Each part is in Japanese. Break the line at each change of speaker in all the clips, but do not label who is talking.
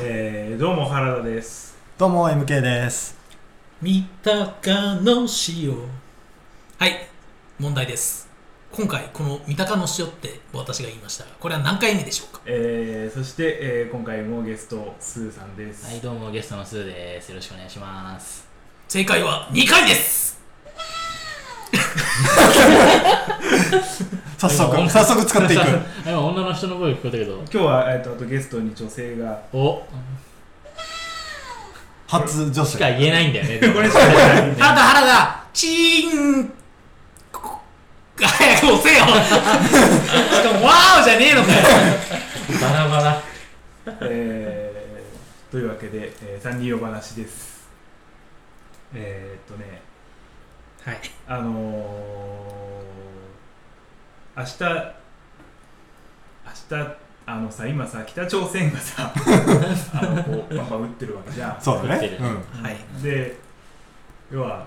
えー、どうも原田です
どうも MK です
三鷹の塩はい問題です今回この三鷹の塩って私が言いましたがこれは何回目でしょうか
えー、そして、えー、今回もゲストスーさんです、
はい、どうもゲストのスーです。よろしくお願いします。
正解は2回です
早速早速使 っていく
今女の人の声聞こえたけど、
今日は、えー、とあとゲストに女性 が
お
初女
し
子
か言えないんだよね。でも
これしか言えない
原田原田チーンこ早く押せよしかもワーオじゃねえのかよ
バラバラ。
えー、というわけで、えー、三人お話ですえー、っとね
はい
あのー、明日明日あのさ今さ北朝鮮が さあのこうバンバン撃ってるわけじゃん
そうだ
作
ね
って
う
る
ん
はい
で要は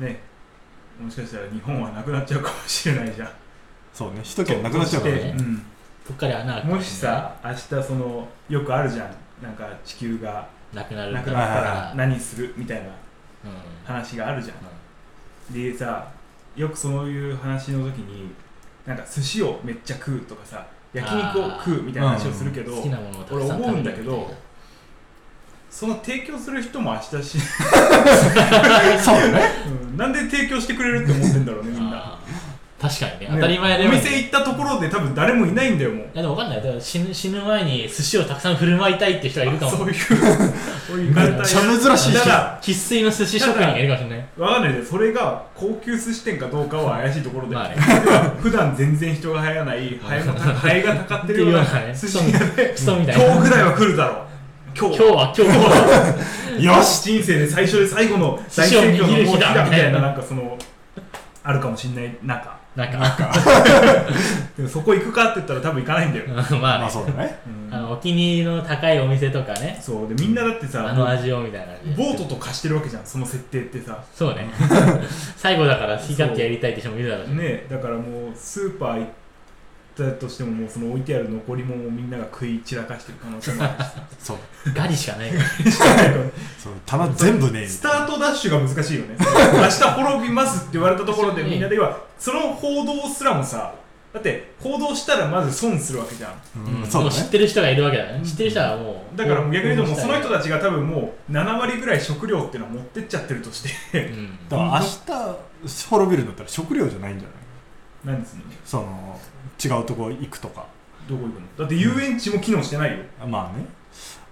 ねもしかしたら日本はなくなっちゃうかもしれないじゃん
そうね首都圏なくなっちゃうから
で
ね
ぽっかり穴開く、
うん、もし、さ明日そのよくあるじゃんなんか地球が
なくなる
なく
か
なった
ら
ら。何するみたいな
うん。
話があるじゃんでさよくそういう話の時になんか寿司をめっちゃ食うとかさ焼肉を食うみたいな話をするけ
うん
ど、
好きなものをたくさん食べる
俺思うんだけどその提供する人も明日し、
そうだね
うん、なんで提供してくれるって思ってんだろうねみんな
あー確かにね、当たり前で
ねお
も
店行ったところで多分誰もいないんだよもう
いやでも分かんない。だから死ぬ死ぬ前に寿司をたくさん振る舞いたいって人がいるかも。
そういう そういう
めっちゃ珍しい
た
人
だ
生粋の寿司職人がいるかもしれない。
分かんないでそれが高級寿司店かどうかは怪しいところで、
まあね
普段全然人が入らないハ エもたハエがたかってるような
っていうようなね
寿司屋で
クソみたいな。
今日ぐらいは来るだろう今
今
日
日は今日は。
よし
人生で最初で最後の大盛況の
寿司を握る
もう
日だ
みたい
みた
ない
な
なんかそのあるかもしんない中
なんか、
でもそこ行くかって言ったら多分行かないんだよ、
うんま
ま
あね
あそうだね
うん
あのお気に入りの高いお店とかね、
そうでみんなだってさ
あの味をみたいな感じで
ボートとかしてるわけじゃんその設定ってさ
そうね。最後だから、好き勝手やりたいって人もいるだろうし。
ねだからもうスーパー行ったとしてももうその置いてある残り物をみんなが食い散らかしてる可能性もある
そう
ガリしかないから。
そう棚全部ね
し スタートダッシュが難しい よね明日滅びますって言われたところでみんなではその報道すらもさだって報道したらまず損するわけじゃん
うん
も
そううだ
知っ
ね
てる人がいるわけだね。知ってる人はもう。
だからもう逆に言うともうその人
だ。
たちが多分もう7割ぐらい食料っていうのは持ってっちゃってるとして
うん。
だから明日滅びるんだったら食料じゃないんじゃない
何すんの
その違うとこ行くとか
どこ行くのだって遊園地も機能して ないよ
まあね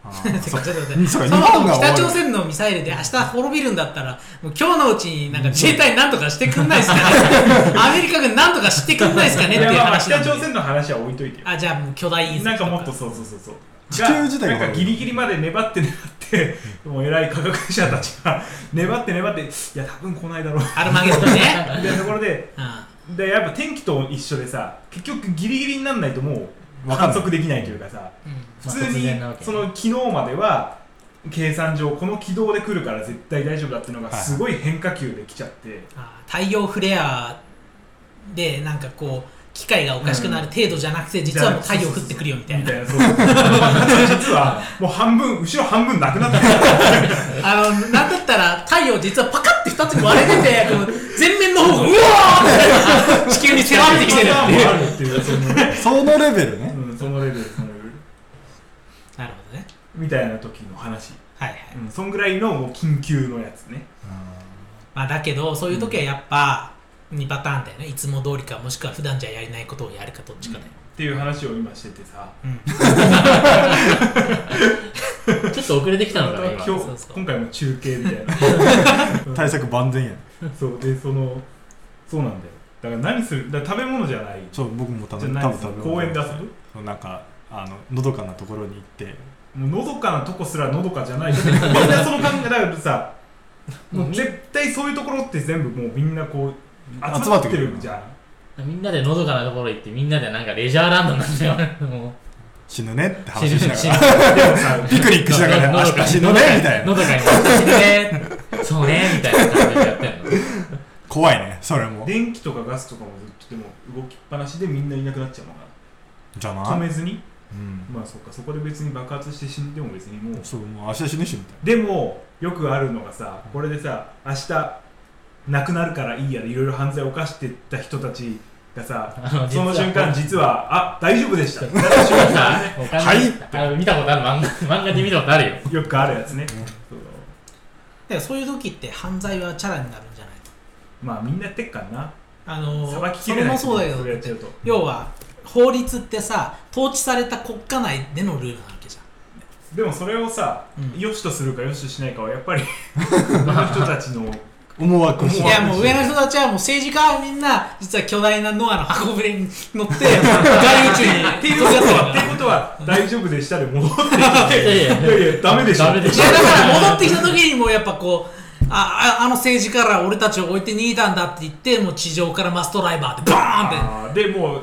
あ ー
て
そう
かちょっと待っ
う
て
んそうか
その
日本が
後
終わ
北
る
朝鮮のミサイルで明日滅びるんだったらもう今日のうちになんか自衛隊なんとかしてくんないですかねアメリカ軍なんとかしてくんないですかねっていう
いやまあまあ
話
北
なんで
朝鮮の話は置いといてよ
あじゃあもう巨大隕石と
なんかもっとそうそうそうそう
地球自体
が
が
なんかギリギリまで粘って粘ってもう偉い科学者たちが粘って粘っていや多分来ないだろう
アルマゲドン ね、
みたいなところで
う
でやっぱ天気と一緒でさ結局ギリギリにならないともう
わかん
観
ない
測できないというかさ
んうん
普
まあ
通
突
に
然なわけね
その昨日までは計算上この軌道で来るから絶対大丈夫だっていうのが
はいはい
すごい変化球で来ちゃって
あ太陽フレアでなんかこう機械がおかしくなる程度じゃなくて、実はもう太陽降ってくるよみたいな
そうそうそうみ たいなそう実はもう半分後ろ半分なく なってる
あのなんだったら太陽実はパカッて2つに割れてて こう前面の方がうわーって地球に迫って きてるって
パターン
いう
もあるっていうそのね
そのレベルね
うん、そのレベル、そのレベル。
なるほどね
みたいな時の話。
はいはい
うん、そんぐらいのもう緊急のやつね。
まあ、だけどそういう時はやっぱ2パターンだよねいつも通りかもしくは普段じゃやりないことをやるかどっちかだよ、
っていう話を今しててさ。
うん、
ちょっと遅れてきたのかな、
今
今。
日
そうそう
今回も中継みたいな。
うん対策万全やね
そう、で、その、そうなんだよ。だから何する、だから食べ物じゃない。
そう僕も多
じゃ
分
な
多
い
分多分
公園出す
そうなんかあののどかなところに行って
もうのどかなとこすらのどかじゃない。だってみんなその考えだから さ、
もう
もう
み
絶対そういうところって全部もうみんなこう、集
集
ま
ま
っ
っててくる
るじゃん。
みんなでのどかなところ行って、みんなでなんかレジャーランドなんだよ。も
死ぬねって
う
話しながら
でもさ、
ピクニックしなが ら明日死ぬねみたいな
のどかに私ね。そうね、みたいな感じでやってんの。
怖いねそれも
電気とかガスとかもずっとでも動きっぱなしでみんないなくなっちゃうのか
じゃ
な。止
な
め
い
ずに
うん
まあそっかそこで別に爆発して死んでも別にもう
そうもう足足ねしみたい
でもよくあるのがさこれでさ明日亡くなるからいいやでいろいろ犯罪を犯してた人たちがさ
あの
その瞬間 実はあ大丈夫でした
はいあの見たことある漫画漫画 で見たことあるよ
よくあるやつね
な、
そう
からそういう時って犯罪はチャラになるんじゃない
まあみんなやってっからな
あの
さばきき
そ
れ
れ
ない
もそうだけ
それやっちゃ
ど
うと
要は法律ってさ統治された国家内でのルールなわけじ
でもそれをさ、
うん
よしとするかよしとしないかはやっぱり他の人たちの
思惑
思
ゃん
う
い
惑
やもう上の人たちはもう政治家はみんな実は巨大なノアの箱舟に乗 って大宇宙に
っていうことはっていうことは大丈夫でしたで戻ってきて
いやいや
いやいやダメでしょ
ダメで
い
しょ
やだから戻ってきた時にもうやっぱこうあああの政治から俺たちを置いて逃げたんだって言ってもう地上からマストライバーでバーンって
あーでもう、
う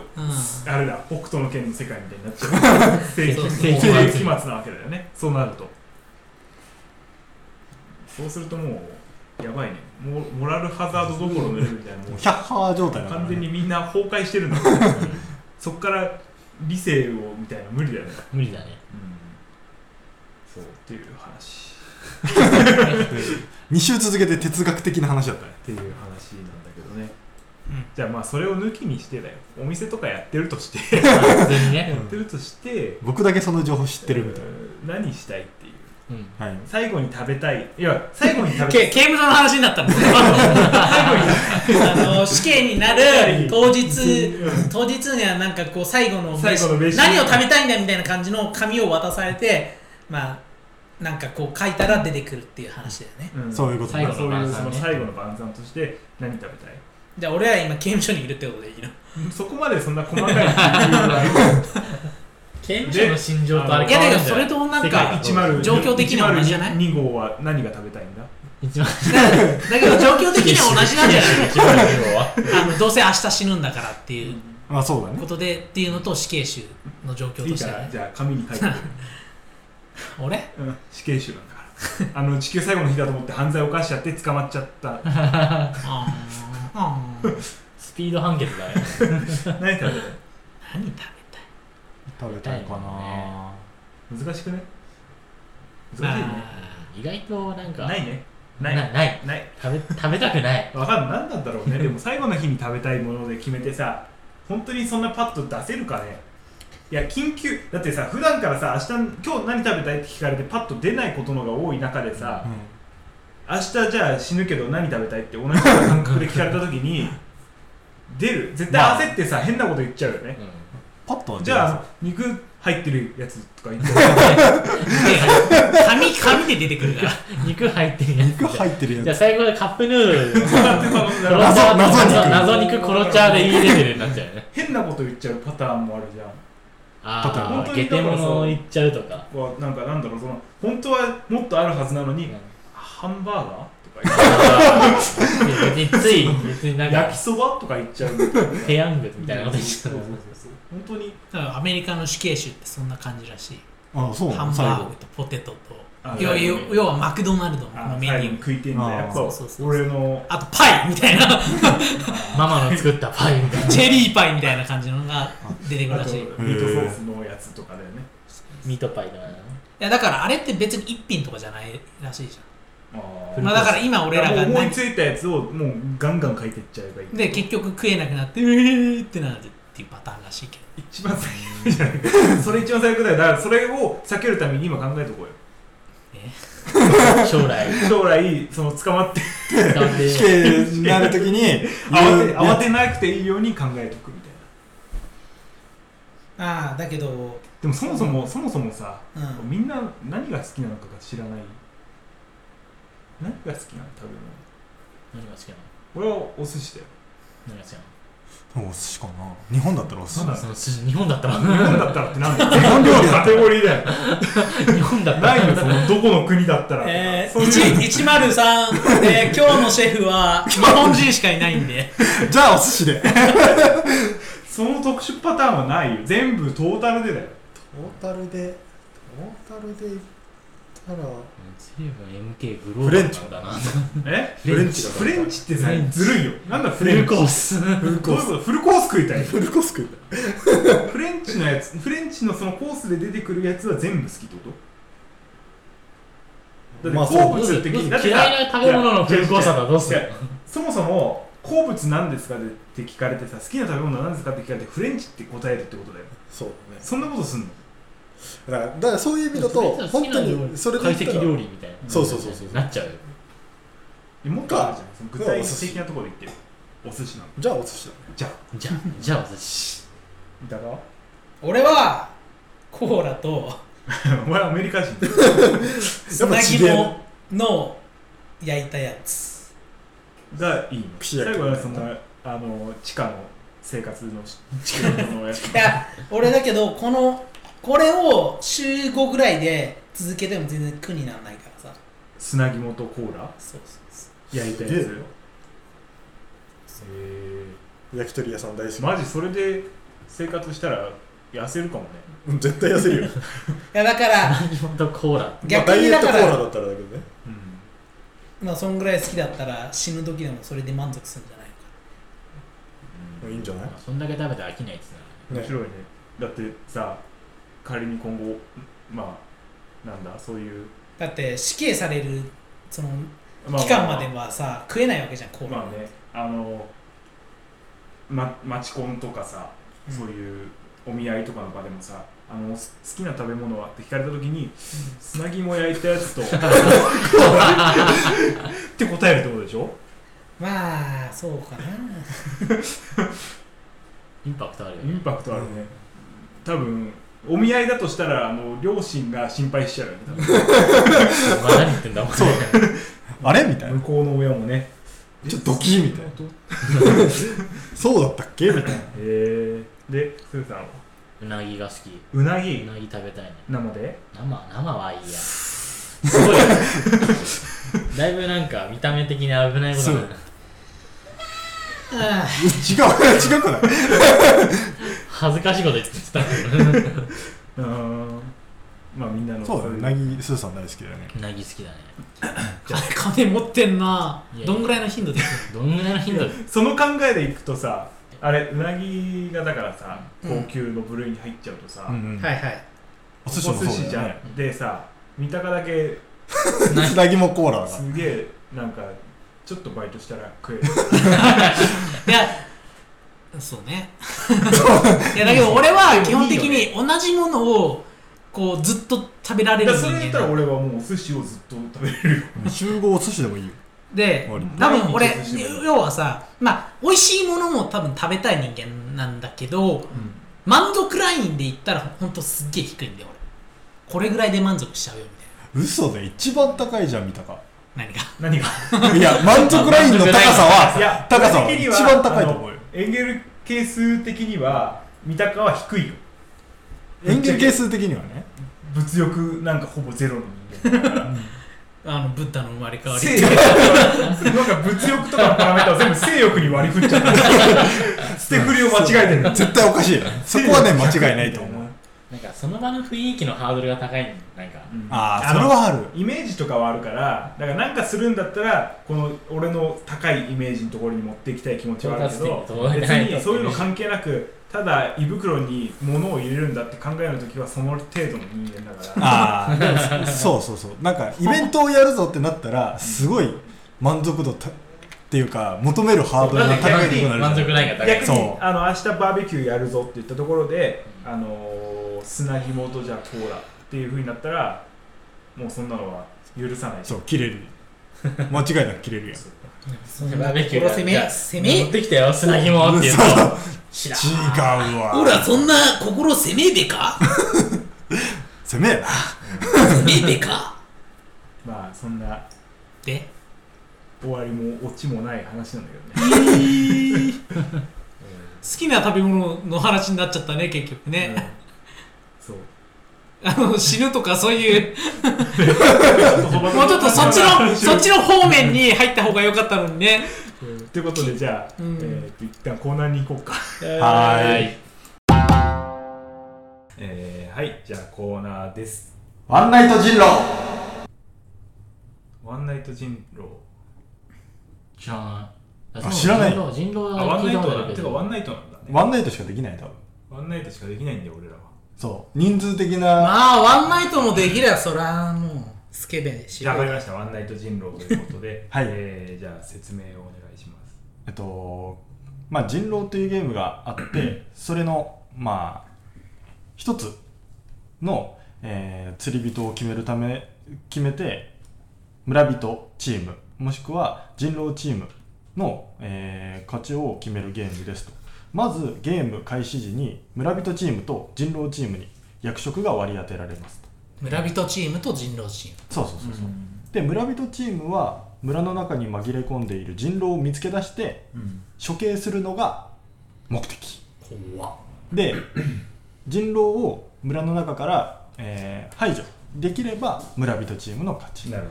あれだ北斗の拳の世界みたいになっちゃう世紀
そう
世紀
世紀末
末なわけだよねそうなるとそうするともうやばいねモモラルハザードどころのレベルみたいなも
もう
う
ヒャッハー状態だから、ね、
完全にみんな崩壊してるんだそっから理性をみたいな無理だよね、
無理だね
そうっていう話
2週続けて哲学的な話だったね
っていう話なんだけどね、
うん
じゃあまあそれを抜きにしてだよお店とかやってるとしてや
完全にね
ってるとして
僕だけその情報知ってるみたい
えー何したいっていう
うん
な、はい
最後に食べたいいや最後に食べた
け
い
刑務所の話になった んですね あの死刑になる当日当日にはなんかこう最後の
最後の飯
何を食べたいんだみたいな感じの紙を渡されてまあなんかこう書いたら出てくるっていう話だよね
うん
そういうこと
ま
最
あ
後
そう
の
いう
晩餐
そ
ね
の最後の晩餐として何食べたい
じゃあ俺は今刑務所にいるってことでいいの
そこまでそんな細かい理由 は
刑務所の心情とあれ
いやだけど
変
そ
わる
れ
んだ
となん
よ世界
か
が
102
状況的には同じじゃない
102号は何が食べたいんだ
一番
だけど状況的には同じなんじゃない
一番の要は
あのどうせ明日死ぬんだからっていう
まあそうだね
ことでっていうのと死刑囚の状況
い
と
い
し
か
て
ら
ね
じゃあ紙に 書いてくる
俺
うん死刑囚なんだからあの地球最後の日だと思って犯罪を犯しちゃって捕まっちゃった
あーあー
スピード判決だね
何食べたい
何食べたい
食べたいかな、
ね
難しくね難しいね
ま
意外となんか
ないねな
ないいない
ない
食べ食べたくない
わかんない何なんだろうねでも最後の日に食べたいもので決めてさ本当にそんなパッと出せるかねいや緊急だってさ普段からさ明日今日何食べたいって聞かれてパッと出ないことのが多い中でさ
う
明日じゃあ死ぬけど何食べたいって同じような感覚で聞かれた時に出る絶対焦ってさ、変なこと言っちゃうよね
うん
ん、パッとは
じゃあ肉入ってるやつとか言って
あ紙紙で出てくるから
肉入ってるやつ
肉入ってる
じゃ
や
あ最後でカップヌードルコ ロ
謎
チャー
謎肉
謎肉コロチャーでいいレベルになっちゃうよね
変なこと言っちゃうパターンもあるじゃん
あ
本
あ
当に
ゲ
だか
テ
らそう
モノ行っちゃうとか
わなんかなんだろうその本当はもっとあるはずなのに、ハンバーガーとか言っ
あー別につい別になん
焼
か
きそばとか言っちゃうみたいな
ペヤングみた いなこと言っち
そ
ゃ
う
う
そうそうそう本当に
だからアメリカの死刑囚ってそんな感じらしい
あそうな
ハ
の
ン
最
バー
後
グとポテトと
あ
要
最後
要
に
要はマクドナルド
あ
のメニュ
最後に
ー
食いてんだやっぱ
あー
そうそうそう
俺の
あとパイみたいな
ママの作ったパイみたいな
チェリーパイみたいな感じのが出てくる
あ
ら
と
しい
ミ
い
ートソースのやつとかだよね
ミートパイとかだな
やだからあれって別に一品とかじゃないらしいじ
あ
ゃ
ー
んまあだから今俺らが
思
何
いついたやつをもうガンガン書いていっちゃえばいい
で結局食えなくなってうーってなるっていうパターンらしいけど
一番最悪じゃないかそれ一番最悪だよだからそれを避けるために今考えとこうよ
将来
将来その捕まって
使っ
死
て
刑になるときに
慌て
言うや
慌てなくていいように考えとくみたいな
ああだけど
でもそもそもそもそもさ、
うん
みんな何が好きなのかが知らない何が好きなの食べ物
何が好きなの
俺はお寿司だよ
何が好きな
つお寿司かな日本だったらお寿司
なん
の
だ
そのす日本だったら
日本だったらってなんだよ
本料理だ
カテゴリーだよ
日本だった
ない
ら
よそのどこの国だったらとか、
え
そう
ー、
いう
1 103で今日のシェフは日本人しかいないんで
じゃあお寿司でトー
その特殊パターンはないよ全部トータルでだよ
タルでトータルでたら
随分 MK グロ
フレンチ
ーバルだな
え
フレンチだ
フレンチってさ
フレンチ
ずるいよなんだフ
フ
レ
ル
ンチ
コース
フルコ
どういう
ー
ことフルコース食いたい
スフルコース食いたい
フレンチのやつフレンチのそのコースで出てくるやつは全部好きってことだって
まあ
好
そう
物って聞い
嫌いな食べ物のフルコースだったらどうする
そもそも好物なんですかって聞かれてさ好きな食べ物なんですかって聞かれてフレンチって答えるってことだよ
そうだね
そんなことすんの
だからだからそういう意味だと本当にそれで
解
言った
析
ら
料理みたいな
そうそうそうそう
なっちゃうよ
えもっとあるじゃんその具体
お寿司
的なところで言ってよお寿司なの
じゃあお寿司だね
じゃあじゃあ私
だか
俺はコーラと
ら お前アメリカ人だ
砂肝の焼いたやつ
がいいの
串焼き
最後はそのあの地下の生活のし地下の おやつ
いや俺だけどこのこれを週5ぐらいで続けても全然苦にならないからさ
砂肝とコーラ
そうそうそう
焼いたや
すげえ
つ
な
え
焼き鳥屋さん大好き、
マジそれで生活したら痩せるかもね
うん絶対痩せるよ
いやだから
何本とコーラ
逆
まあ、ダ
に
イエ
だ
ット
か
コーラ
ら
だったらだけどね
うん
まあそんぐらい好きだったら死ぬ時でもそれで満足するんじゃないのか
もういいんじゃない
そんだけ食べて飽きないっつうな
面
ね
白いねだってさ仮に今後まあなんだそういう、
だって死刑されるその
まあ
期間まではさ食えないわけじゃんコーラ
まあねあのま町コンとかさ
うん
そういうお見合いとかの場でもさあのす好きな食べ物はって聞かれた時 に砂肝焼いたや つとって答えるってことでしょ
まあそうか な
インパクトあるよ
イ
ね
ンパクトあるね、多分お見合いだとしたらあの両親が心配しちゃうよね多分
お前何言ってんだお前そう
あれみたいな
向こうの親もね
ちょっとドキッみたいなそうだったっけみた いな
へえでスーさんは
うなぎが好き
うな
う
ぎ
なぎ食べたいね
生で
生生はいいやすごいよねだいぶなんか見た目的に危ないことになる
あ
違う違うくない
恥ずかしいこと言ってた
うーんまあみんなの
そうだ
い
ねうなぎスーさん大好きだよね
うなぎ好きだね
あ 金持ってんない
やいや
どんぐらいの頻度で
どんぐらいの頻度で
その考えでいくとさあれうなぎがだからさ
うん
高級の部類に入っちゃうとさ、
ん
はいはい
お
お寿
寿司もそう
司じ
だ
ゃん、
よね
でさ三鷹だけ
つなぎもコーラだから
すげえなんかちょっとバイトしたら食 える
いやそうねいやだけど俺は基本的に同じものをこうずっと食べられ
い
る
や
人
それ言ったら
間
俺はもうお寿司をずっと食べれるよ
集合お寿司でもいいよ
で
終わり
多分俺
毎日寿司でも
要はさまあ美味しいものも多分食べたい人間なんだけど満足ラインで言ったらほんとすっげえ低いんだよ俺これぐらいで満足しちゃうよみたい
嘘で一番高いじゃん見 たか
な何が
何が
いや満足ラインの高さ
い
は
や
高さは
俺的
一
には
番高いと思うよ
エンゲル係数的には三鷹は低いよ
演芸係数的にはね
物欲なんかほぼゼロの人間だから
あのブッダの生まれ変わり
性欲 なんか物欲とかのパラメータを全部性欲に割り振っちゃった捨て振りを間違えてる
絶対おかしいよねそこはね間違いないと思う
なんかその場の雰囲気のハードルが高いんなんか
うん
ああ
の
それはある
イメージとかはあるからだからなんかするんだったらこの俺の高いイメージのところに持っていきたい気持ちはあるけど
到達点
別
到達
にそういうの関係なくただ胃袋に物を入れるんだって考えるときはその程度の人間だから
ああでも そうそうそうなんかイベントをやるぞってなったらすごい満足度たっていうか求めるハードルが高いところにな
満
るじ
足ラインが高い
逆
そ
に
う
あの明日バーベキューやるぞって言ったところで、あのー砂肝とじゃあコーラっていうふうになったらもうそんなのは許さない
ゃんそう切れる間違いなく切れるやん
そう
バーベキュ
俺
ーだ
攻
じゃ
め
あ
攻
持
め
ってきたよ砂肝っていうと
知らん
違うわ
ほらそんな心攻めべか
攻めえな
攻めべか
まあそんな
で
終わりもオチもない話なんだけどね
好きな食べ物の話になっちゃったね結局ね、
そう
あの死ぬとかそういう も
も
うちょっとそっちのそっちの方面に入った方が良かったのにね
ということでじゃあ、
うん
えーと一旦コーナーに行こうか
はーい
えーはいじゃあコーナーです
ワンナイト人狼
ト人狼
知らない
あ知らない
人狼人狼
あ
は
ワン
聞
ナイ
いた
ト
ことあ
な
る
んて
け
か
ど
ワンナイトなんだね
ワンナイトしかできない多分
ワンナイトしかできないんだよ俺らは
そう人数的な
まあワンナイトもできりゃそらもうスケベでしょ
わかりましたワンナイト人狼ということで、
はい
えーじゃあ説明をお願いします
えっとまあ人狼というゲームがあってそれのまあ一つの、えー釣り人を決めるため決めて村人チームもしくは人狼チームの、えー勝ちを決めるゲームですとまずゲーム開始時に村人チームと人狼チームに役職が割り当てられますと
村人チームと人狼チーム
そうそうそうそう、
ん
で村人チームは村の中に紛れ込んでいる人狼を見つけ出して
うん
処刑するのが目的
怖っ
で 人狼を村の中から、えー排除できれば村人チームの勝ち
なるほ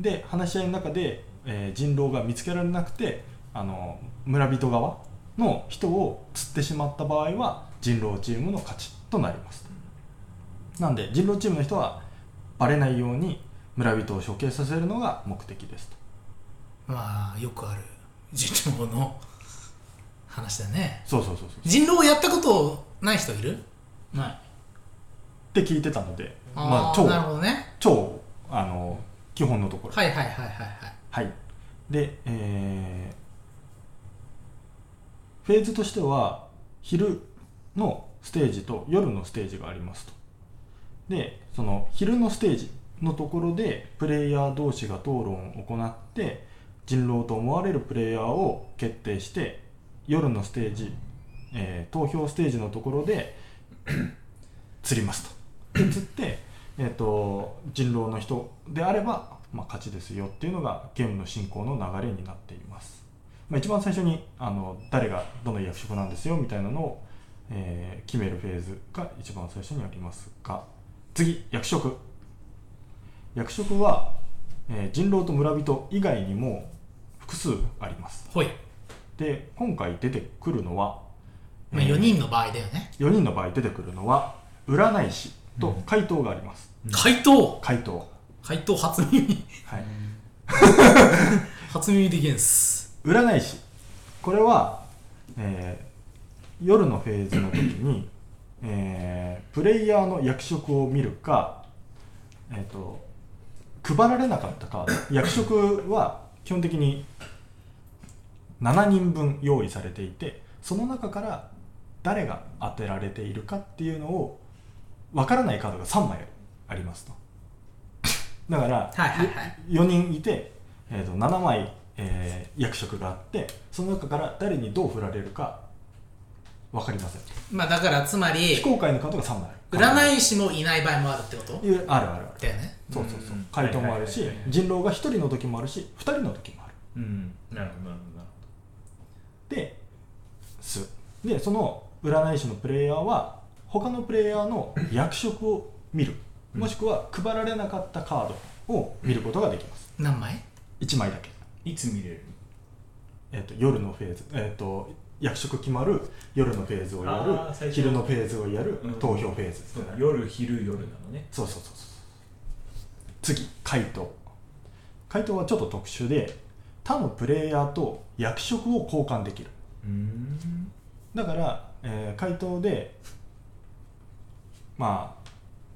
で話し合いの中で、えー人狼が見つけられなくてあの村人側の人を釣ってしまった場合は人狼チームの勝ちとなりますなんで人狼チームの人はバレないように村人を処刑させるのが目的ですと
まあよくある人狼の話だね
そうそうそうそう
人狼をやったことない人いる
ない
って聞いてたのでまあ
ー
超
なるほどね
超あの基本のところ
はいはいはいはいはい
はい。で、えーフェーズとしては、昼のステージと夜のステージがありますと。で、その昼のステージのところで、プレイヤー同士が討論を行って、人狼と思われるプレイヤーを決定して、夜のステージ、えー投票ステージのところで、釣りますと。で、釣って、えー、と人狼の人であれば、まあ、勝ちですよっていうのがゲームの進行の流れになっています、まあ、一番最初にあの誰がどの役職なんですよみたいなのを、えー決めるフェーズが一番最初にありますが次役職役職は、えー人狼と村人以外にも複数あります
ほい、
で今回出てくるのは、
まあ、4人の場合だよね、
4人の場合出てくるのは占い師と回答があります、
回答
回答
回答初耳
はい、
初耳できんす
占い師これは、えー夜のフェーズの時に、えープレイヤーの役職を見るか、えー、と配られなかったカード役職は基本的に7人分用意されていてその中から誰が当てられているかっていうのを分からないカードが3枚ありますとだから、
はいはいはい
4人いて、えー、と7枚、えー役職があってその中から誰にどう振られるか分かりません
まあだからつまり
非公開のカードが3枚ある
占い師もいない場合もあるってこと
いやあるあるある
だよね
そうそうそううん回答もあるし
はいはいはいはい
人狼が1人の時もあるし2人の時もある
どうんなるほどなるほどなる
ですでその占い師のプレイヤーは他のプレイヤーの役職を見る
うん
もしくは配られなかったカードを見ることができます
何枚
1枚だけ、
ほどいつ見れる
えー、と夜のフェーズ、えー、と役職決まる夜のフェーズを
あ
や
ー最初
る昼のフェーズをやる、
うん
投票フェーズ
そう
って
だ
なる
夜昼夜なのね
そうそうそうそう次回答回答はちょっと特殊で他のプレイヤーと役職を交換できる
うん
だから、えー回答でまあ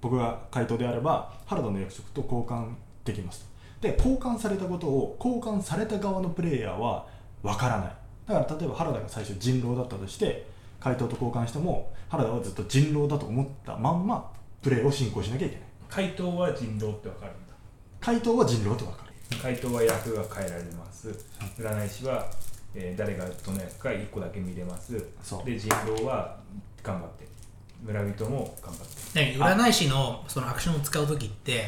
僕が回答であれば原田の役職と交換できますで交換されたことを交換された側のプレイヤーはわからないだから例えば原田が最初人狼だったとして回答と交換しても原田はずっと人狼だと思ったまんまプレイを進行しなきゃいけない
回答は人狼ってわかるんだ
回答は人狼と分かる
回答は役が変えられます占い師は、えー誰がどの役か1個だけ見れます
そう
で人狼は頑張って村人も頑張って
ね占い師のそのアクションを使う時って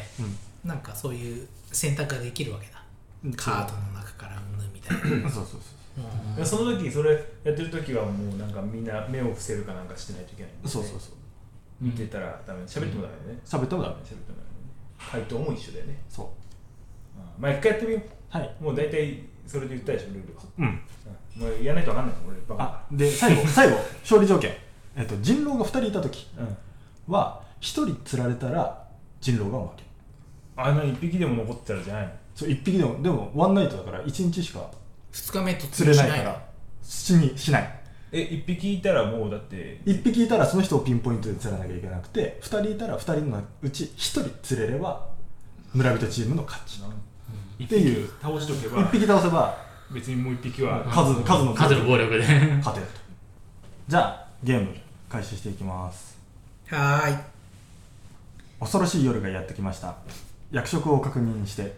う
なんかそういう選択ができるわけだ
ん
カードの中からうんぬんみたいな
そうそうそう
でその時それやってる時はもうなんかみんな目を伏せるかなんかしてないといけないんだよね
そうそうそう
見てたらダメ喋ってもダメだよね
喋っても
喋ってもダメだ
ダメ
よね回答も一緒だよね
そう
うんまあ一回やってみよ
はい、
うもう大体それで言ったでしょルールは
うん、
うんもうやらないとわかんないもん俺バカだ
あで最後 最後勝利条件、えっと、人狼が2人いた時
からうん
は1人釣られたら人狼が負け
あんな一匹でも残ってたらじゃないの
そう一匹でもでもワンナイトだから一日しか
2日目と
釣れないから死にしない
え一匹いたらもうだって
一匹いたらその人をピンポイントで釣らなきゃいけなくて二人いたら二人のうち一人釣れれば村人チームの勝ちっていう
倒しとけば
一匹倒せば
別にもう一匹は
数の数の
数の暴力で
勝てるとじゃあゲーム開始していきます
はーい
恐ろしい夜がやってきました役職を確認して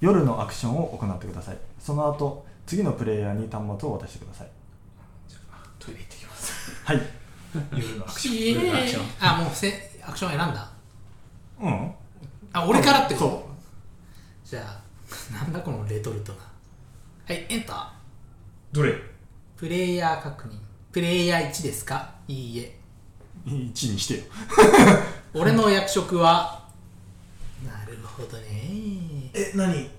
夜のアクションを行ってくださいその後次のプレイヤーに端末を渡してください
トイレ行ってきます
はい
夜のアクション
イエ
アク
ー
ション
イあもうせアクション選んだ
うん
あ俺からってこと
そ
じゃあなんだこのレトルトなはいエンター
どれ
プレイヤー確認プレイヤー1ですかいいえ
う1にしてよ
俺の役職はなるほどね
え何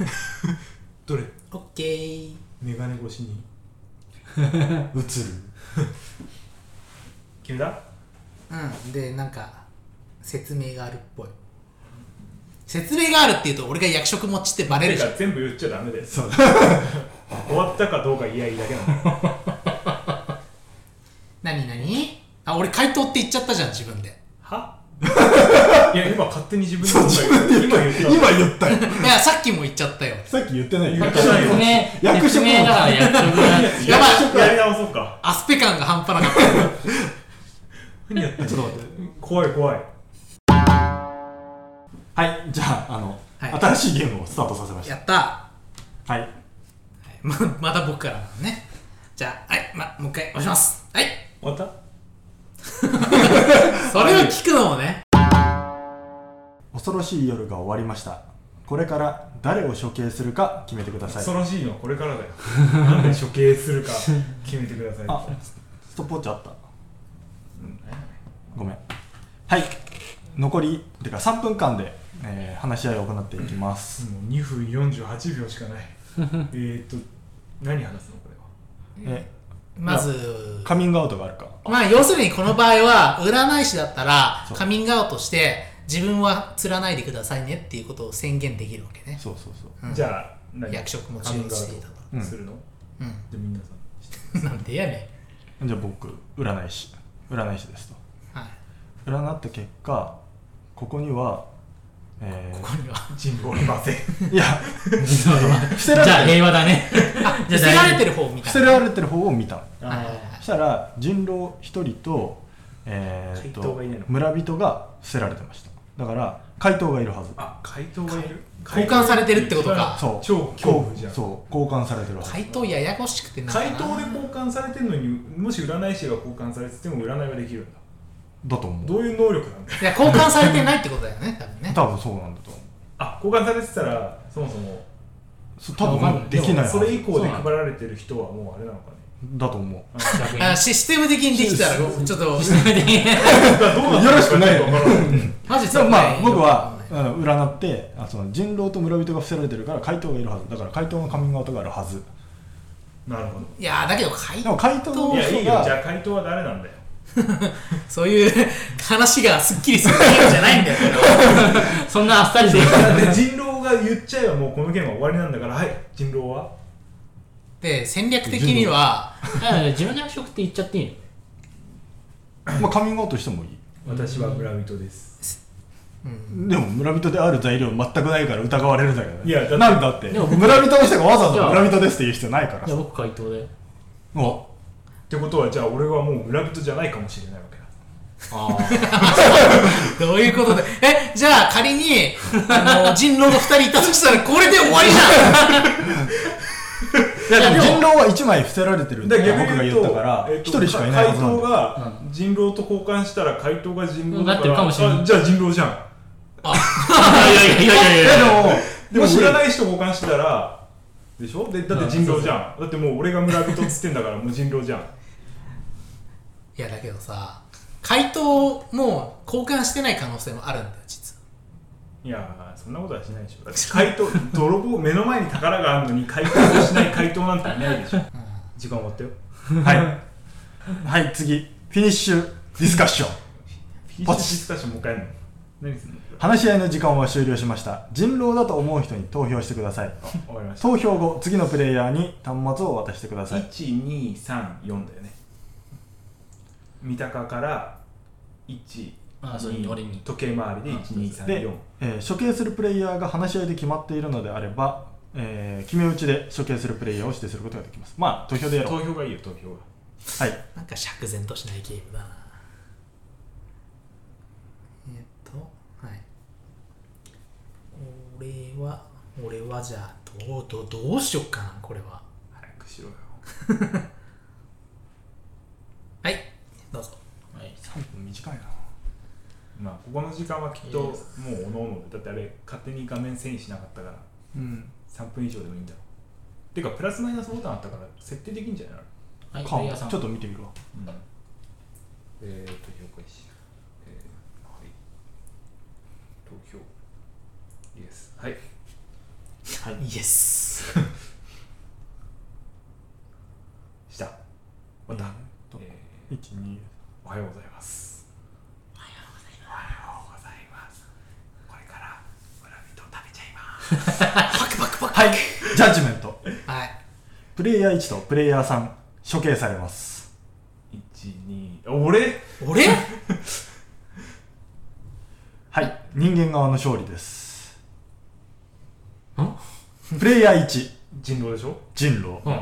どれ
オッケー
メガネ越しに
映る
決めた
うんでなんか説明があるっぽい説明があるっていうと俺が役職持ちってバレ
誰
るじゃん
か全部言っちゃダメです
そ う
終わったかどうか言い合いだけなの
何何あ俺回答って言っちゃったじゃん自分で
は いや今勝手に自分で今言った
今言ったよ
いやさっきも言っちゃったよ
さっき言ってないよ
言ってないよ
説明
役職
説明だから役職なんですよ
やばい
いやり直そうか
アスペ感が半端なかった
何やってんの
ちょっと待って
怖い怖い
はいじゃああの、
はい
新しいゲームをスタートさせま し
や
た
った
はい
はいままた僕からなのねじゃあはい、ま、もう一回押しますはい
終わった
それを聞くのもね
恐ろしい夜が終わりましたこれから誰を処刑するか決めてください
恐ろしいのはこれからだよ なんで処刑するか決めてください
あストップウォッチあったごめんはい残りてか3分間で、えー話し合いを行っていきます、
もう2分48秒しか ないえーっと何話すのこれは
え
まず
カミングアウトがあるか
まあ要するにこの場合は占い師だったら
そう
カミングアウトして自分は釣らないでくださいねっていうことを宣言できるわけね
そうそうそう
うん
じゃあ何
役職も注意していたと
カミングアウトするの、
う
じゃあみんなさん
ん なんでやね
じゃあ僕占い師占い師ですと
ん、はい、
占った結果ここにはえ
ここ には
人望いません
ー、いや伏せら
じゃあ
れてる
平和だね
あ見せられてる方み
伏
た
せ
いな
られてる方を見た
はいはいはい
そしたら人狼一人と,、えーっ
怪盗
と
がいないの
村人が伏せられてましただから怪盗がいるはず
あ怪盗がいる
交換されてるってことか
そう
超恐怖じゃん
そう交換されてるはず
回答ややこしくてなんか
怪
な
盗で交換されてるのにもし占い師が交換されてても占いはできるんだ
だと思う
どういう能力なんだよ
いや交換されてないってことだよね多分ね
多分そうなんだと思う
あ交換されてたらそもそも
そう多分もうできないはず
それ以降で配られてる人はもうあれなのかね
だと思う
あシステム的にできたらちょっと
だからどうなってるかちょっとわからない
マジで
でもまあ僕は
う
あの占ってあその人狼と村人が伏せられてるから怪盗がいるはずだから怪盗のカミングアウトがあるはず
なるほど
んいやーだけど回
でも怪盗の
いやい
人
いよじ
が
ゃあ回答は誰なん だよ
そういう話がすっきりするゲームじゃない んだよこれは
そんなあっさりで
で人狼が言っちゃえばもうこのゲームは終わりなんだからはい人狼は
で戦略的には
あ自分の役職って言っちゃっていいの
まあカミングアウトしてもいい
私は村人です
でも村人である材料全くないから疑われるんだけどね
いやだって
なんだって
でも僕
村人の人がわざわ
いや
ざ村人ですって言う必要ないから
いや
さ
僕回答だよ
お
ってことはじゃあ俺はもう村人じゃないかもしれないわけだ
あ
どういうことで えじゃあ仮にあの人狼が2人いたとしたらこれで終わりじゃん
いやでも
いやで
人
も
狼は1枚伏せられてるんだ
だ
よ
から
僕が
逆に
言
言う
った
と
から
えっ
1
と
人しかいないはずなん
回
だ
答が人狼と交換したら回答が人狼
なってるかもしれない
あじゃあ人狼じゃん
あいやいやいやいやいや
いや
でも
でも
占い師と交換したらでしょでだって人
う
狼
ん
じゃんだってもう俺が村人っつってんだからもう人狼 じゃん
いやだけどさ回答も交換してない可能性もあるんだよ実はい
やーそんなことはしないでしょだって回答泥棒目の前に宝があるのに回答をしない回答なんていないでしょ時間終わったよ
はいはい次フィニッシュディスカッション
フィニッシュディスカッションもう一回やるの何するの
話し合いの時間は終了しました人狼だと思う人に投票してください
終わりました
投票後次のプレイヤーに端末を渡してください
1234だよね三鷹から1
あそう
2
俺に
時計回りで
あそうそ
で
1234、
えー処刑するプレイヤーが話し合いで決まっているのであれば、えー決め打ちで処刑するプレイヤーを指定することができますまあ投票でやろう
投票がいいよ投票が
はい
なんか釈然としないゲームだなえっとはい俺は俺はじゃあどうどうどうしよっかなこれは
早くしろよ
はいどうぞ
はい
3分短いな
まあここの時間はきっと
いい
もう
で
おのおのだってあれ勝手に画面遷移しなかったから
うん
3分以上でもいいんだろうてかプラスマイナスボタンあったから設定できんじゃないの
はい
か
プレイヤ
も
ーさん
ちょっと見てみるわ
うんえー、投票開始、えー、はい投票イエスはい
はい
イエス
したまた、
えーっと
えー
12
おはようございます。おはようございます。おはようございます。これから村人を食べちゃいます。
パクパクパク
はいジャッジメント
はい
プレイヤー1とプレイヤー3処刑されます
一二俺
俺
はい人間側の勝利です
ん
プレイヤー1
人狼でしょ？
人狼
うん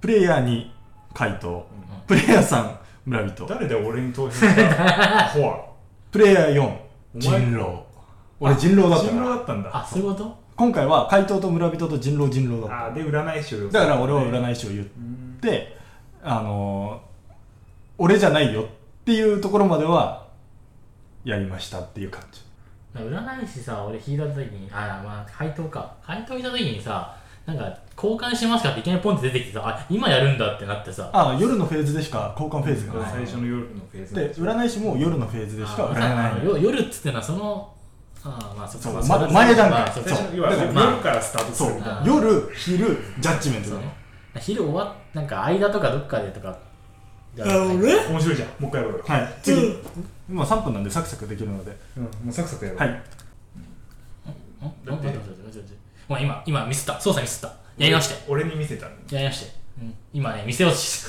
プレイヤー2回答
う
プレイヤー3村人
ん、誰で俺に投票 した？アホは。
プレイヤー4
お前
人狼俺人狼だった
人
から
狼だったんだ。
あそういうこと
今回は怪盗と村人と人狼人狼だっ
あーで占い師を
ただから俺は
ない。
占い師を言っ
うん
てあのー俺じゃないよっていうところまではやりましたっていう感じ
占い師さ俺引いた時にあまあ回答か回答いた時にさなんか交換しますかっていきなりポンって出てきてさあ今やるんだってなってさ
あ夜のフェーズでしか交換フェーズがない
最初の夜のフェーズなん
で
しょ。
占い師も夜のフェーズでしか売られな
あ
い
よ夜っつってのはそのあまあそっ
そ
か
う
まあ
ま
それ
前段階
まあそっか
最初の要は
そう
夜
まあ
からスタートす
そう
るみたいな。
あー
夜昼ジャッジメント
そ
だ
う
ね
ね昼終わっなんか間とかどっかでとかじゃあ
面白いじゃん。もう一回やろうよ。
はい次今3分なんでサクサクできるので
うん、もうサクサクやろう。
はい
んん
だって
待って待って待って待ってごめん今今ミスった操作ミスったやり直して
俺に見せたんだ。
やり直して、うん、今ね見せようとし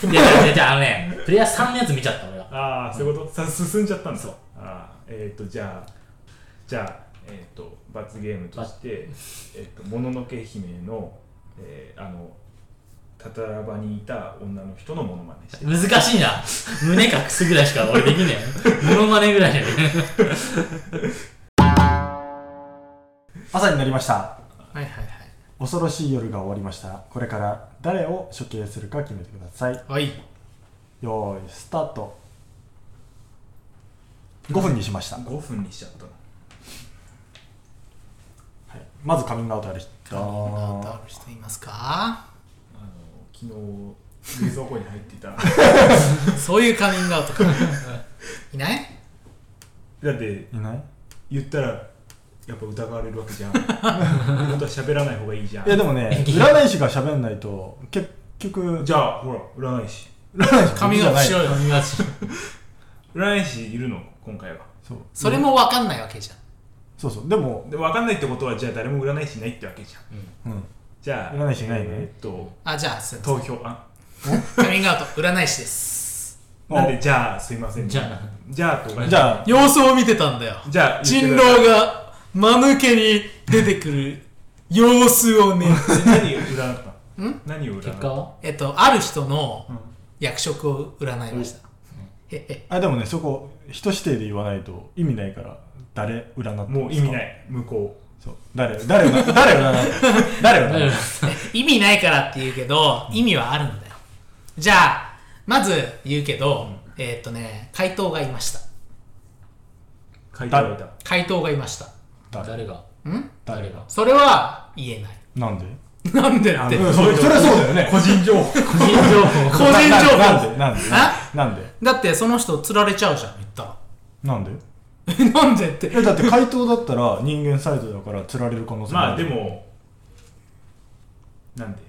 て いやいやいやいやあのねプレイヤー3のやつ見ちゃった俺が
ああそういうこと、さ進んじゃったんだ
そう
ああえっ、とじゃあじゃあえっ、と罰ゲームとして「えっともののけ姫の」えーあのたたらばにいた女の人のものまねして
難しいな胸隠すぐらいしか俺できねえよモノマネぐらいじゃね
朝になりました
はいはいはい
恐ろしい夜が終わりましたこれから誰を処刑するか決めてください
はい
よーいスタート5分にしました、はい、
5分にしちゃったの
まずカミングアウトある人
カミングアウトある人いますか
あの昨日冷蔵庫に入っていただ
そういうカミングアウ トかいない
って
いない
言ったらやっぱ疑われるわけじゃん本当は喋らない方がいいじゃん
いやでもね占い師が喋んないと結局
じゃあほら占い師
占い師
カミングアウトしろ
え
よ
よ見ます
占い師いるの今回は
そう
それも分かんないわけじゃん
そうそうでも、
で分かんないってことはじゃあ誰も占い師いないってわけじゃん
うん、
じゃあ
占い師いないね
えーっと
あじゃあすいません
投票あ
カミングアウト占い師です
なんでじゃあすいません
じゃあ
じゃあとか
じゃあ
様子を見てたんだよ
じゃあ
人狼が間抜けに出てくる様子をね
何を占ったの
ん
何を占った
結果は
えっとある人の
うん
役職を占いました、へへ
あでもねそこ人指定で言わないと意味ないから誰占った
もう意味ないい向こ
そう誰誰占 誰占った誰占った
意味ないからって言うけど意味はあるんだよじゃあまず言うけど、えーっとね回答がいました
う回答がいた
回答がいました
誰が
ん
誰
誰
が
が
それは言えない
なんで
なんでなんて
うんそれそれはそうだよね
個人情報
個人情報
個人情報
ななんでなんで
だってその人釣られちゃうじゃん言ったら
なんで
え なんでって
えだって回答だったら人間サイドだから釣られる可能性
まあ
る
でもなんで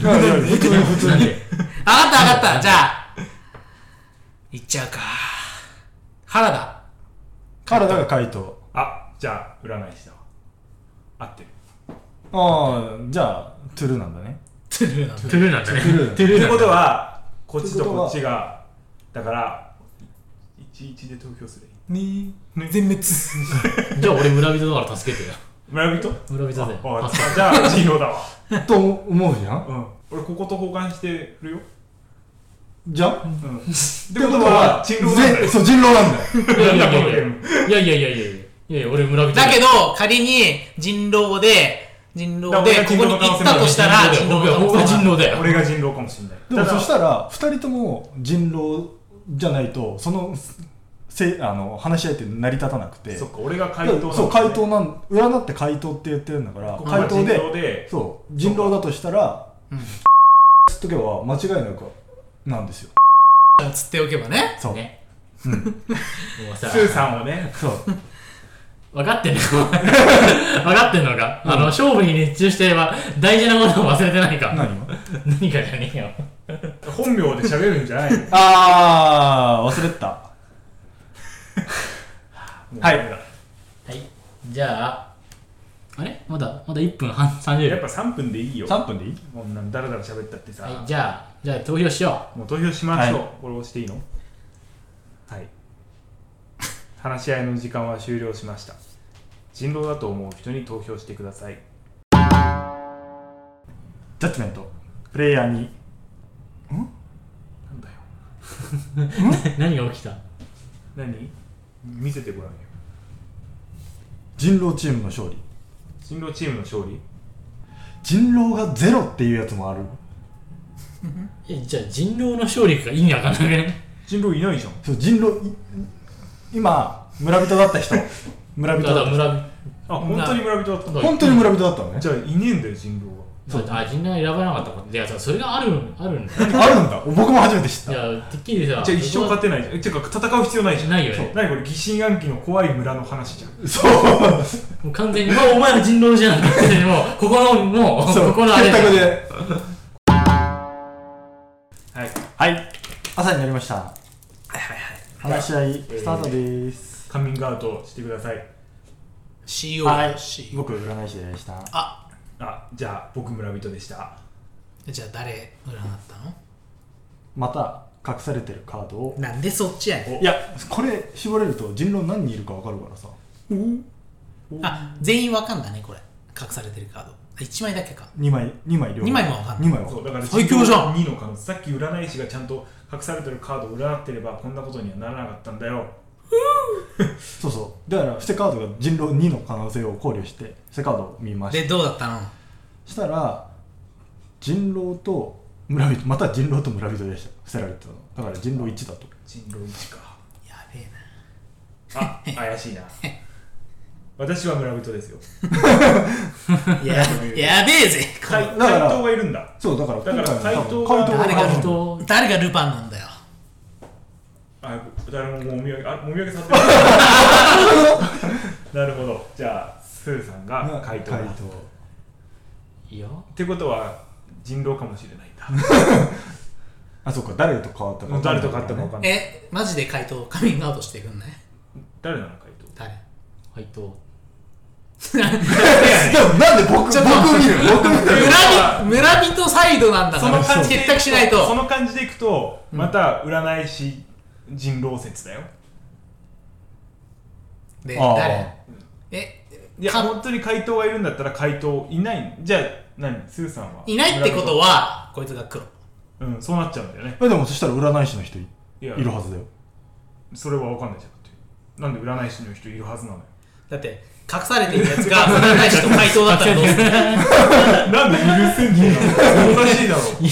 いやいや普通に普通
なん
に
で
分かった分かったじゃあ行っちゃうか原田
体が怪盗
あじゃあ占い師だわ合ってる
ああじゃあトゥルーなんだね
トゥルーなん
ト
で
ゥルーなんだね。
トゥルー
トゥ
とい
ルーな
うん
だ
ことはこっち
と
と
いうことは
こっちがだから11で投票する
ねえ全滅
じゃあ俺村人だから助けてよ。
村人
村人だよ。
あ
あ
あじゃあ人狼だわ
と思うじゃん
うん俺ここと交換して るよ
じゃん
うんってことは人狼なんだ
ぜ
よ
そう人狼なんだよ
いやいやいやいや
うん
いやいやいやいやいやいやいや俺村人
だけ
ど、
ど仮に人狼で人狼で
だ
こ
から
こ
俺
に
が人狼の可能
行
性
っ
もあ
た
る
としたら人
人狼
狼
だ
だ
よ僕は僕は人狼だよ。
俺が人狼かもしれない
でも
ただ
そしたら2人とも人狼じゃないとそのせあの話し合いって成り立たなくて
そっか俺が
だ
回
か
答なんだ
ら
ね
そう回答なん占って回答って言ってるんだから
ここが
回答
人
で
狼で
そう人狼だとしたら
うん
知っとけば間違いなくなんですよ
つっておけばね
そう、
ね。
うん
もう
ス
さ、
ーさんをね
そう
分かってんの 分かってんのか、
うん
あの、勝負に熱中してれば大事なことを忘れてないか。
何を
何かじゃねえよ。
本名で喋るんじゃないの
ああ忘れてたはい
はい。じゃあ、あれまだ、まだ1分半30
やっ
秒。
ぱ3分でいいよ
3分でいい
こんなんだらだら喋ったってさ、
はい、じゃあ、じゃあ投票しよ
もう投票しましょう、
は
これ押していいのはい話し合いの時間は終了しました人狼だと思う人に投票してください
ジャッジメントプレイヤーに
なんだよ
う。 何が起きた
何見せてごらんよ
人狼チームの勝利
人狼チームの勝利
人狼がゼロっていうやつもある
え、じゃあ人狼の勝利が意味わかんないね。
人狼いないじゃん
そう人狼い今村人だった人村
だ
人
か
だっ
ら
た
村
あ本当に村人だった
人、
本当に村人だったのね
じゃあいねえんだよ人狼は
そうあ人狼選ばなかったこといやそれがあるあるんだよ
あるんだ僕も初めて知っ
い
た
やてっきりさ
じゃあ一生勝
って
ないじゃんえてか戦う必要ないじゃん
ないよね
そう何これ疑心暗鬼の怖い村の話じゃん
そう
もう完全にもうお前は人狼じゃん 完全にもうここのもう
そう
ここのあれ
結託
だ
で
はい
はい朝になりました
はいはいはい
話し合いスタートです、
カミングアウトしてください
CO
はい
し
僕占い師でした
あ
あじゃあ僕村人でした
じゃあ誰占ったの
また隠されてるカードを
なんでそっちやねん
いやこれ絞れると人狼何人いるか分かるからさ
あ全員わかんだねこれ隠されてるカード1枚だけか
2枚2枚両方
二枚も分かんない
2枚は
そ
分
うだから
最強じゃん
2の可能性さっき占い師がちゃんと隠されてるカードを占ってればこんなことにはならなかったんだよ
そうそうだから伏せカードが人狼2の可能性を考慮して伏せカードを見ました
でどうだったの
したら人狼と村人また人狼と村人でした伏せられてたのだから人狼1だと
人狼1か
やべえ
あ
な
怪しいな私は村人ですよ
ややべえぜこ
かい
れ
怪
だから
盗がいるんだ
そうだから
だから
今回
怪
の多
盗
分
が
怪盗
誰か
多分
人
誰がルパンなんだよ
あ誰ももうお土産あお土産さってる なるほどじゃあスーさんが回答だ
怪
っ
盗
いや
てことは人狼かもしれないんだ
あそうか誰と変わったか
もう誰と買ったか分かんない
えマジで回答カミングアウトしてくんない
誰なの回答
誰
はいと
でもなんで僕
ちょっと
僕見る僕見る
村人村人サイドなんだ
そ
か
の
ら
感じで
結託しない
そ
と
の感じでいくと
うん
また占い師人狼説だよ
で
あー
誰え
いや
か
本当に回答がいるんだったら回答いないじゃあ何スーさんはい
ないってことはこいつが黒
うんそうなっちゃうんだよね
えでもそしたら占い師の人い
いや
いるはずだよ
それは分かんないじゃんだってなんで占い師の人いるはずなのよ
だって隠されてるやつが占い師と回答だったらどうす る
なんで許せんねえのおかしいだろ
っていう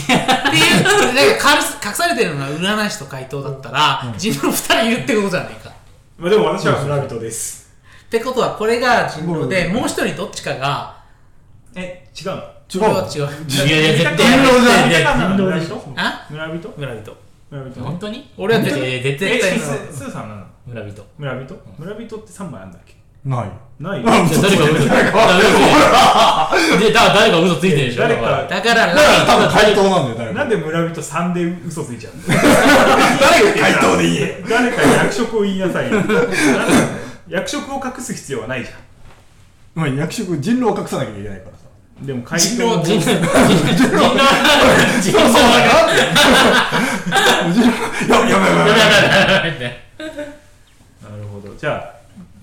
なんか隠されてるのが占い師と回答だったら、自分の2人いるってことじゃないか。っ
まあでも私は村人です
てことはこれが人狼で、
うん
もう一人どっちかが、
え違うの
違う
これは違う。
いやいや絶
人
対
狼じゃん
いや人
村
狼でし
人
ょ
あ
村人
村人。
村人
本当に
俺は絶
え
対
ー絶
え
対
ス
対
ースーさんなの
村人
村人村人って3枚あんだっけ
ない
ないよ
じゃあ誰か嘘ついてるでだから誰か嘘ついてるでしょ
誰
だから
か
だ
だか
から、
ら
ラ
多分回答なんだよ誰
な
か
んで村人3で嘘ついちゃうの
誰が回答でいい
誰か役職を言いなさいよ。なんだよ役職を隠す必要はないじゃ
まあ、役職人狼を隠さなきゃいけないからさ
んでも回
人狼
答
人狼
人狼人
そう
狼
なんだいややばいやばいやばい
なるほどじゃあ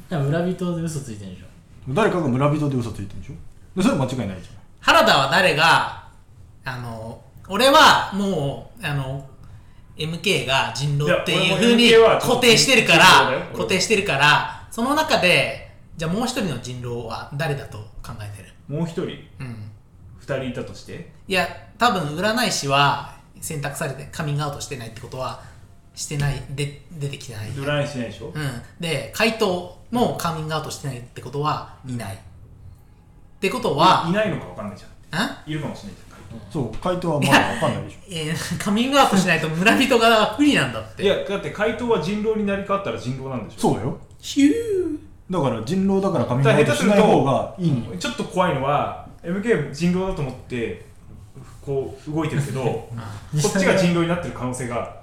でも村人で嘘ついてるでしょ
誰かが村人で嘘ついてるんでしょでそれは間違いないじゃ
原田は誰が、あの、俺はもう、あの、MK が人狼って
い
い
や
う風に
俺も MK は
固定してるから
人狼だよ、
固定してるから、その中で、じゃあもう一人の人狼は誰だと考えてる
もう一人
うん。
二人いたとして
いや、多分占い師は選択されてカミングアウトしてないってことは、してない、で、出てきてない。
ドライしないでしょ
うん、で回答もカミングアウトしてないってことはいない、ってこと
い
は
ないのか分かんないじゃん
ん
いるかもしれないじゃん
んそう回答はまだ分かんないでしょ
えーカミングアウトしないと村人側が不利なんだって
いやだって回答は人狼になり変わったら人狼なんでしょ
そうだよ
ヒュー
だから人狼だから髪の毛しない方がいいのよ
ちょっと怖いのは MK 人狼だと思ってこう動いてるけ どこっちが人狼になってる可能性が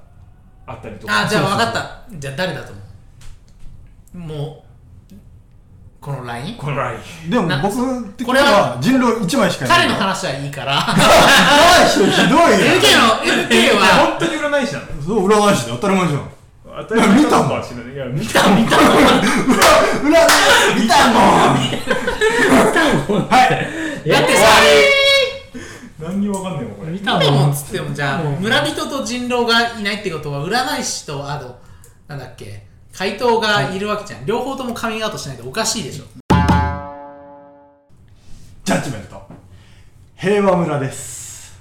あったりと
あ
か
じゃ
そう
あ
そう
分
そう
かったじゃあ誰だと思うもうこのライン
このライン
でも
な
僕的に
これは
は人狼1枚しかいない
彼の話はいいから
話ひどい
MK の MK は
本当に占い師なの
やんそう裏返しで当たり前じゃん
当たり前
いや見たもん
かもしれないいや見た見た
裏返し見たもんはい
だってさ
何にも分かんないもんこれ
見た
で
も
も
ん
っつってもじゃあ村人と人狼がいないってことは占い師とあとなんだっけ回答がいるわけじゃん両方ともカミングアウトしないとおかしいでしょ
ジャッジメント平和村です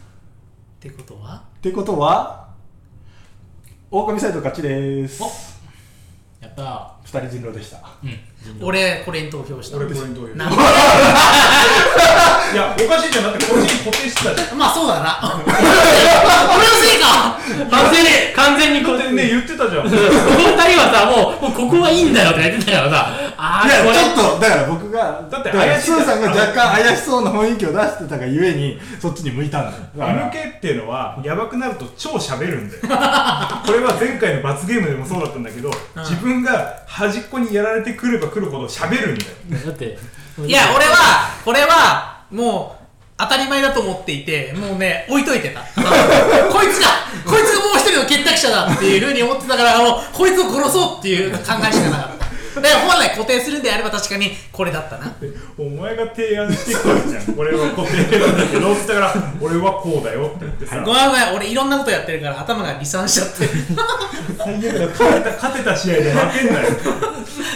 ってことは
ってことは狼サイド勝ちです
おやったー
二人人狼でした
うん
俺これに投票した
俺これに投票
なんか
いやおかしいじゃんだってこっちに固定してた じゃん
まあそうだな 俺のせいか
完全に完全にこ
だって
う
ね
ね
言ってたじゃん
この二人はさもうもうここはいいんだよとか言ってたからさあ
い
あ
や
これ
ちょっとだから僕が
だって
から
怪しい
スーさんが若干怪しそうな雰囲気を出してたがゆえにそっちに向いたんだよだから
MK っていうのはやばくなると超喋るんだよこれは前回の罰ゲームでもそうだったんだけど、自分が端っこにやられてくればくるほど喋るんだよ
だって
いや俺はこれはもう当たり前だと思っていてもうね置いといてた こいつがこいつがもう一人の結託者だっていうふうに思ってたからもうこいつを殺そうっていう考えしかなかっただから本来固定するんであれば確かにこれだったな
お前が提案してきたじゃんこれは固定なんだけどっつったから俺はこうだよって言ってさ
ごめんごめん俺いろんなことやってるから頭が離散しちゃって
最悪だ勝てた勝てた試合で負けんな よ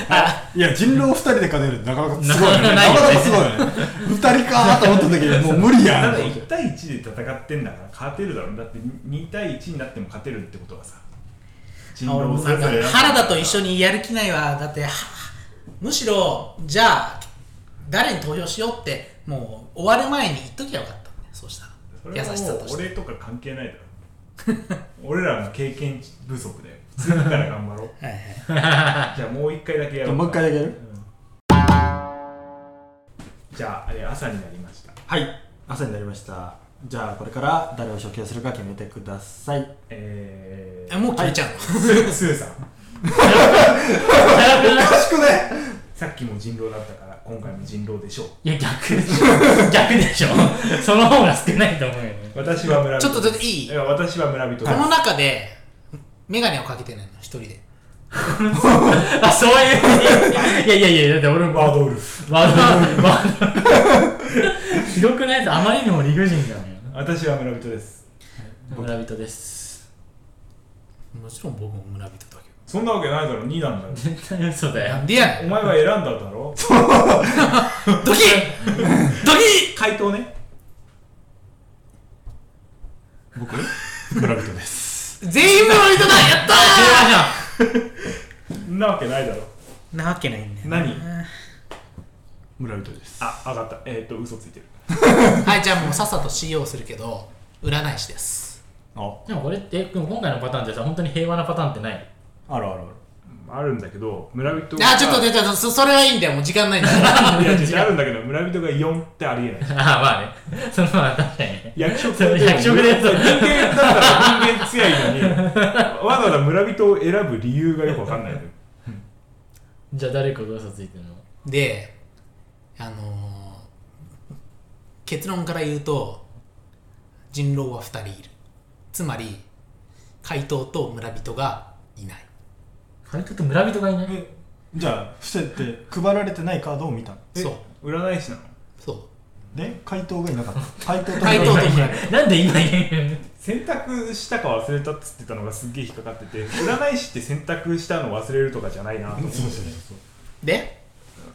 あ
いや人狼二人で勝てるってなかなかすごいよね
なかなかない
な
よね
かなかすごいよね二人かーと思った時にもう無理や
た
ん
だ1対1で戦ってんだから勝てるだろだって2対1になっても勝てるってことはさ人
俺も
狼そ
な
れ
ん
ぞ
か
れ
原田と一
緒
緒にやる気ないわだってはむしろじゃあ誰に投票しようってもう終わる前に言っときゃよかったんだよそうしたら優しさとして
俺とか関係ないだろ 俺らの経験不足だよ次から頑張ろう
はいはい
じゃあもう一回だけやろう
もう一回だけやる
じゃああれ朝になりました
はい朝になりましたじゃあこれから誰を処刑するか決めてください
え
え
ー、
もう決めちゃう の、
ススーさん
おかしくね
さっきも人狼だったから今回も人狼でしょう
いや逆でしょ逆でしょその方が少ないと思うよね
私は村人
ちょっとちょっと
です
いい
や私は村人です
この中で眼鏡をかけてないの一人で
あそういういやいやいやだって俺も
ワードウルフ
わざわざひどくないですあまりにも理不尽だね
私は村人です
村人です
もちろん僕も村人だけ
そんなわけないだろ2なんだよ
絶対嘘だ
どな
よ
んでやね
お前は選んだだろ
んドキ ドキ
回答ね
僕村人です
全員村人だやったー
んなわけないだろ
なわけないんだよな
何
村人です
あ分かったえっ、ー、と嘘ついてる
はいじゃあもうさっさと CO するけど占い師です
あ
でもこれってでも今回のパターンってさ本当に平和なパターンってない
あるあるある
あるんだけど村人が
あちょっとちょっとそそれはいいんだよもう時間ないんだよ
いや違うあるんだけど村人が4ってありえない
ああまあねそのまあ確かにね
役職
そう役職のやつ
人間だったら人間強いのにわざわざ村人を選ぶ理由がよくわかんないのよ
じゃあ誰かが嘘ついてるの
で、あのー結論から言うと人狼は2人いるつまり怪盗と村人がいない
怪盗と村人がいない
え
じゃあ伏せて配られてないカードを見たの
え
そう
占い師なの
そ
で回答がいなかった回答と
怪盗と村人
なんでいない
選択したか忘れたっつってたのがすっげえ引っかかってて占い師って選択したの忘れるとかじゃないなと思っ て
で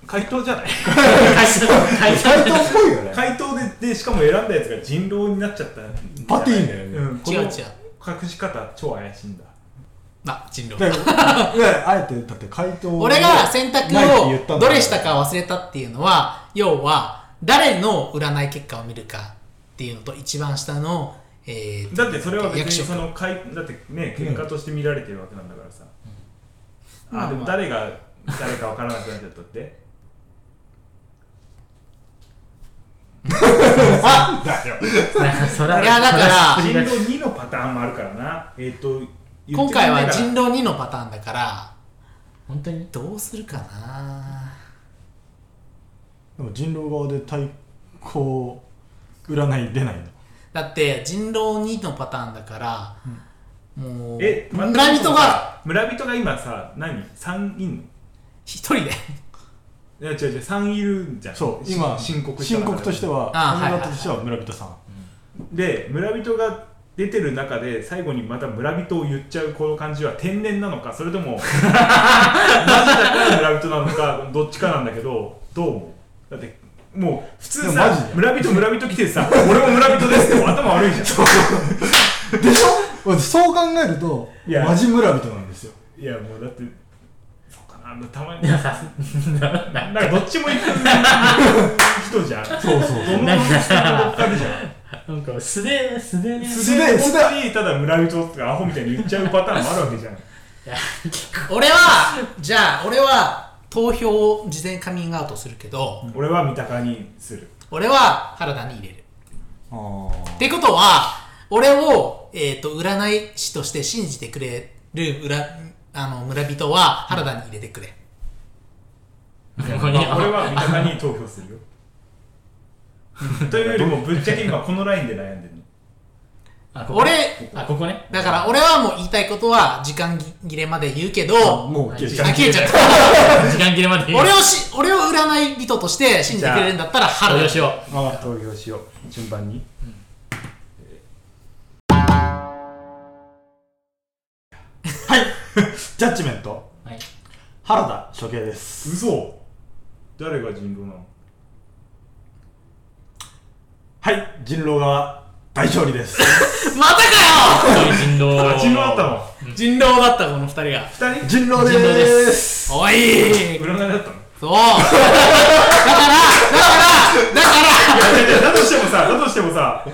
回答じゃない
怪
回
盗
答っぽいよね
回答ででしかも選んだやつが人狼になっちゃった
パティーンだよね、
うん、こ
違う違
の
う
隠し方超怪しいんだ
あ人
だ
狼
からいやあえてだって回答
俺が選択
ないって言った
を
んだ
どれしたか忘れたっていうのは要は誰の占い結果を見るかっていうのと一番下の、えーと
だってそれは別
役
に
所
その回だってね結果として見られてるわけなんだからさ、
うん
あでも誰が誰か分からなくなっちゃったって あだよ
そら
いやだから
人狼2のパターンもあるからなえっ、と
今回は人
狼
狼2のパターンだから
本当に
どうするかな
でも人狼側で対抗占い出ないの
だって人狼2のパターンだから、もう
え待って
村人が
村人が今さ何3いんの
一人で
いや違う違う3いるんじゃん
そう
し
今
申告した
申
中で
告としては
あはいはいはい
考え方としては村人さん
で村人が出てる中で最後にまた村人を言っちゃうこの感じは天然なのかそれと もマジだから村人なのかどっちかなんだけどどう思うだってもう普通
いやマジ
さ
で
村人村人来てさ俺も村人ですって頭悪いじゃ
でしょ俺そう考えると
いや
マジ村人なんですよ
んいやもうだってそうかなたまに
いやさすな
なんかどっちも行く人じゃん
そうそう
どの人もかるじゃん
なんか素で素で ね
素手素手
本当にただ村人とかアホみたいに言っちゃうパターンもあるわけじゃん
俺はじゃあ俺は投票を事前カミングアウトするけど、
俺は三鷹にする
俺は原田に入れる
あ
っ
あ
てことは俺を、えー、と占い師として信じてくれる裏あの村人は原田に入れてくれ、
ここに
俺は三鷹に投票する よというよりもぶっちゃけ今このラインで悩んでるの
あここ
俺
あここね
だから俺はもう言いたいことは時間切れまで言うけど
もう消えちゃ
あ
う
消えちゃった
時間切れまでいい
俺をし俺を占い人として信じてくれるんだったら
投
原
票
田
しよ
あー
投票しよう順番に、
ジャッジメント
うはい
原田処刑です
嘘誰が人狼なの
はい人狼側大勝利です
またか
そういう人
あ
狼
人狼だった
よ人狼だったこの二人が
の2人
人狼で
人狼
ー
です
おい
占いだったの
そうだからだからだから
いやいやだとしても さだとしてもさ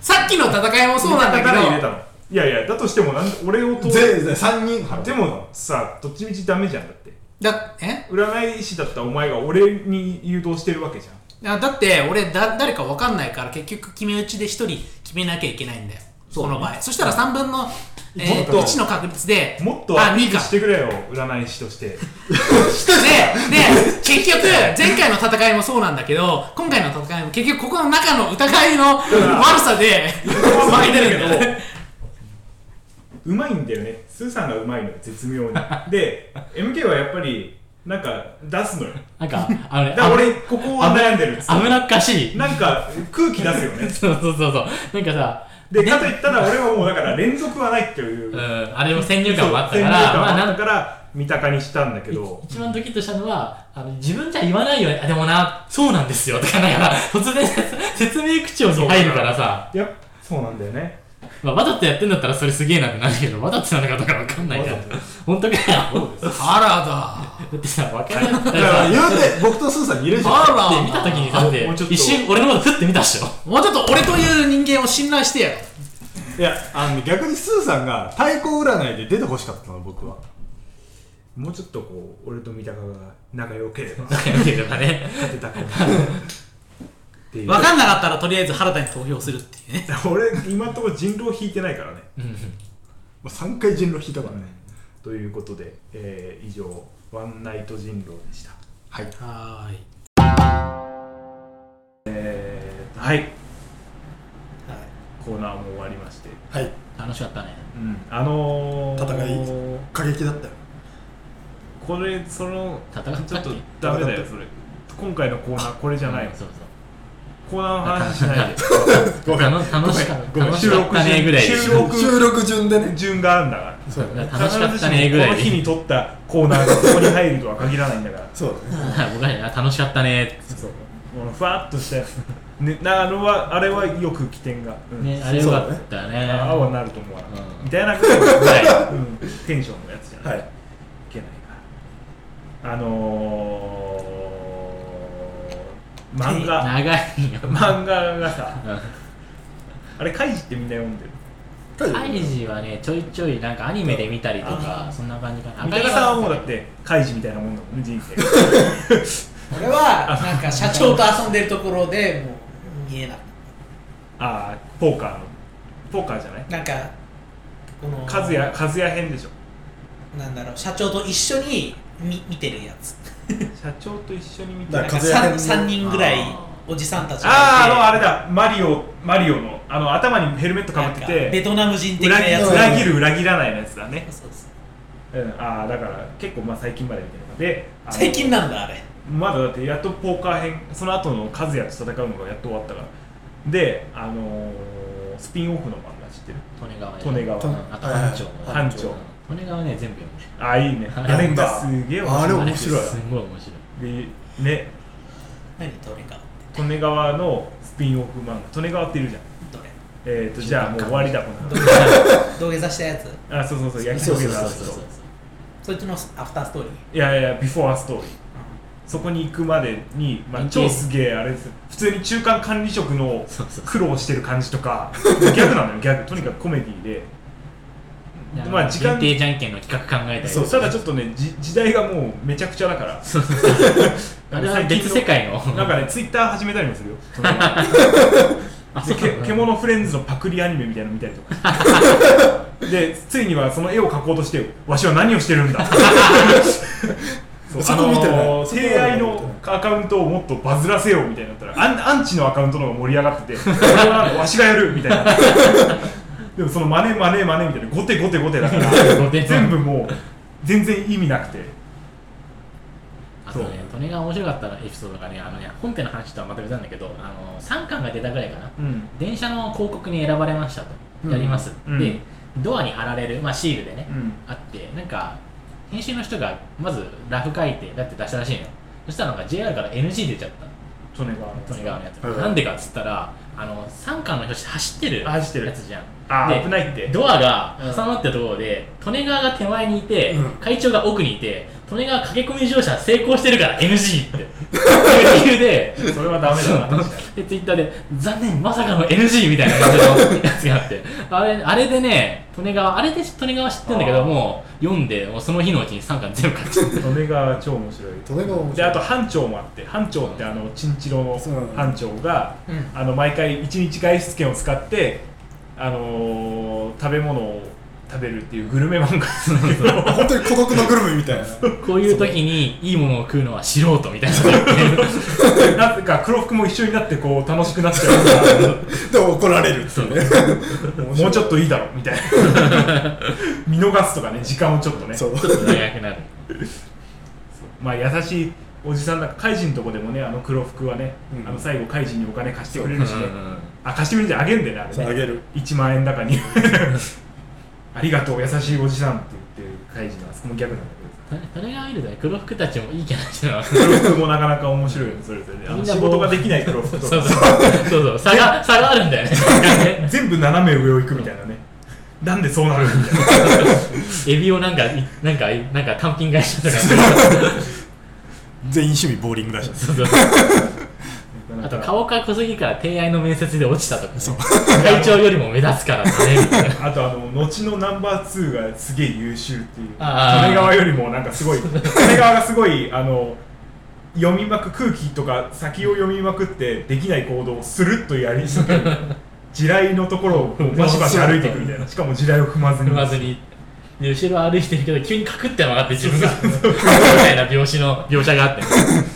さっきの戦いもそうなんだ
誰入れ
け
た
ど
のいやいやだとしてもなん俺を投
全然3人原
で
田
もさどっちみちダメじゃんだって
だえ
占い師だったお前が俺に誘導してるわけじゃん
あだって俺だ誰か分かんないから結局決め打ちで1人決めなきゃいけないんだよその場合そしたら3分の、えーと
もっと
1の確率で
もっとア
あ
ピー
2
ル
か
してくれよ占い師と して
でで結局前回の戦いもそうなんだけど今回の戦いも結局ここの中の疑いの悪さで負けてるんだよね
うまいんだよねスーさんがうまいのよ絶 妙にで MK はやっぱりなんか出すの よ
なんかあのね
だから
あ
俺ここを悩んでるっつって
危なっかしい
なんか空気出すよね
そうそうそうそうなんかさ
で
ね
かといったら俺はもうだから連続はないっていう
う
そう
うんあれも先
先
入
入
観もあったから
観
まあ
は
な
あっ
ん
たから三鷹にしたんだけど
一番ドキッとしたのはあの自分じゃ言わないよねあでもなそうなんですよとかなんか突然説明口調に入るからさ、
いやそうなんだよね
まあ、わざとやってんだったらそれすげえなってなるけどわざとなのかどうかわかんないから本当かよ
原
だってさわかんないだか
だか
ら
ら
さ
言うて僕とスーさんいるじ
田
ゃん
っ
原
て見た時にさ
もうちょっ
って
と
一瞬俺のことふって見たっしょ
もうちょっと俺という人間を信頼してやろ
いやあの逆にスーさんが対抗占いで出てほしかったの僕は
もうちょっとこう俺と三鷹が仲良ければ
なんか見てればね
勝てたかもしれないっていう
分かんなかったらとりあえず原田に投票するっていうね
俺今のところ人狼引いてないからね
うん
もう3回人狼引いたからね
ということで、えー以上ワンナイト人狼でした
はい
はーい
えー、はいコーナーも終わりまして
はい
楽しかったね
うんあのー、
戦過激だったよ
これその
戦ったっけ
ちょっとダメだよそれ今回のコーナーこれじゃない、
うんそうそう
コーナーの話しないで
ごめん
楽楽しかっ
ごめ
た
ん
楽しかったねぐらいで
収録
収録順でね
順があるんだから
そうだね
楽しかったねぐらい
必ずし
で
もこの日に撮ったコーナーがここに入るとは限らないんだから
そうだね
僕はね楽しかったねって
そうこのふわっとしたやつ、ね、なあのはあれはよく起点が、うん
ねあれよかったね
ああはなると思わなかった
うん
み たいなぐらいのうんテンションのやつじゃない、
はい
い、けないからあのー、漫画
長 いよ
漫画がさあれカイジってみんな読んでる
大丈
アイジはねちょいちょいなんかアニメで見たりと
あ
かそんな感じかな
三鷹さんはもうだってカイジみたいなもんだもんね人 生
俺はなんか社長と遊んでるところでもう見えなかっ
ああポーカーのポーカーじゃない
たなんかこの
カズヤカズヤ編でしょ
なんだろう社長と一緒に見見てるやつ
社長と一緒に見て
だ
な
か
い
ら
なんか
和也編の
3, 三人ぐらいおじさんたちがいて
あああのあれだマリオマリオのあの頭にヘルメットかぶって
なんかベ
て
トナム人的
裏
なや
切
う
つ
ん
裏切る裏切らないのやつだね、
そうそう
うん、ああだから結構まあ最近まで見てるのであの
最近なんだあれ
まだだってやっとポーカー編その後のカズヤと戦うのがやっと終わったからであのー、スピンオフの漫画知ってる
利根川ね
利根川
うんあと班長も
班長
利根川ね全部読むね
ああいいねあれがすげえ面
あれ
白い
面白い
すごい面白い
でね
何どれかって
利根川のスピンオフ漫画利根川っているじゃん
ど れ
えー、とじゃあもう終わりだこの
土
話
下座土下座したやつ
あそうそうそう焼き
そう
そ
そ
げ
う
だ
そう
と
そう
そっちのアフターストーリー
いやいやビフォーアストーリーそこに行くまでに、まあ、
行け
超すげえあれです普通に中間管理職の
そうそう
苦労してる感じとかギャグなのよギャグとにかくコメディでまあ時間
限定じゃんけんの企画考えたり
そうただちょ
っ
っとねじ時代がもうめちゃくちゃだから
あれは別世界の
なんかねツイッター始めたりもするよその
あ
で
そうなん
け
だ
獣フレンズのパクリアニメみたいなの見たりとかでついにはその絵を描こうとしてわしは何をしてるんだそう
そこ見てない
あの
そこ
敬愛
見て
のアカウントをもっとバズらせようみたいになったらアンアンチのアカウントの方が盛り上がっててそれはわしがやるみたいな でもその真似真似真似みたいな後手後手後手だから
後手
全部もう全然意味なくて
あとね、利根川面白かったエピソードがね、あのね、本編の話とはまた別なんだけど、あの3巻が出たぐらいかな、
うん
電車の広告に選ばれましたと、
うん
やります、
うん
で、ドアに貼られる、まあ、シールでね、
うん
あって、なんか、編集の人がまずラフ書いて、だって出したらしいのよ。そしたらなんか JR から NG 出ちゃった
利根川の
の、利根川のやつ。
はいはい
なんでかっつったら、あの3巻の表紙走ってる
あ
や
走ってる
つじゃん。
あ
で
ー危ないって
ドアが挟まってるところで、利根川が手前にいて、
うん
会長が奥にいて、利根川駆け込み乗車成功してるから NG っていう理由で、
それはダメだな確かに
で、ツイッターで、残念、まさかの NG みたいな感じのやつがあって、あれあれでね、利根川、あれで利根川知ってるんだけ
あ
ど、
ー
もう読んで、もうその日のうちに3巻全部買っちゃった。
利根川超面白い
夫利根川面
で
白い
あと班長もあって班長ってあのチンチロの
そうなんだ
班長が、
うん
あの毎回1日外出券を使って、あのー食べ物を食べるっていうグルメ漫画なんだけど
本当に孤独のグルメみた いな
こういう時に、いいものを食うのは素人みたいなこと言っ て
なぜか黒服も一緒になってこう楽しくなっちゃう
で怒られるっていうね
もうちょっといいだろみたいな 見逃すとかね時間をちょっとね
そう
ちょっと長くなる。
まあ優しいおじさんだからカイジのとこでもねあの黒服はね、
うん
あの最後カイジにお金貸してくれるしね、
うん
あ貸してくれるじゃんあげるんだよねあれ
そう
ね
あげる
1万円だかに ありがとう優しいおじさんって言ってる怪人のあそこもギャグなんだ
利根川見るとね、黒服たちもいいキャラしてるの
けど黒服もなかなか面白いよねそれぞれであ
み
の
んな
仕
もう
事ができない黒
そう
服と
そう
か
そうそう差が差があるんだよね
全部斜め上を行くみたいなねなんでそうなるみたいな
エビをなんかいなんかなんか単品買いしたとか
全員趣味ボーリングだし
そうそうあ
なか
と
なか
顔が濃すぎから定愛の面接で落ちたとか、ね、会長よりも目立つからねみ たいな
あとあの後のナンバー2がすげえ優秀っていう利根
あー
川よりもなんかすごい利根川がすごいあの読みまく空気とか先を読みまくってできない行動をスルッとやり続ける地雷のところをこうバシバシ歩いていくみたいなしかも地雷を踏まずに
踏まずにで後ろ歩いてるけど急にカクって曲がって自分がみたいな描写の描写があって
っていうね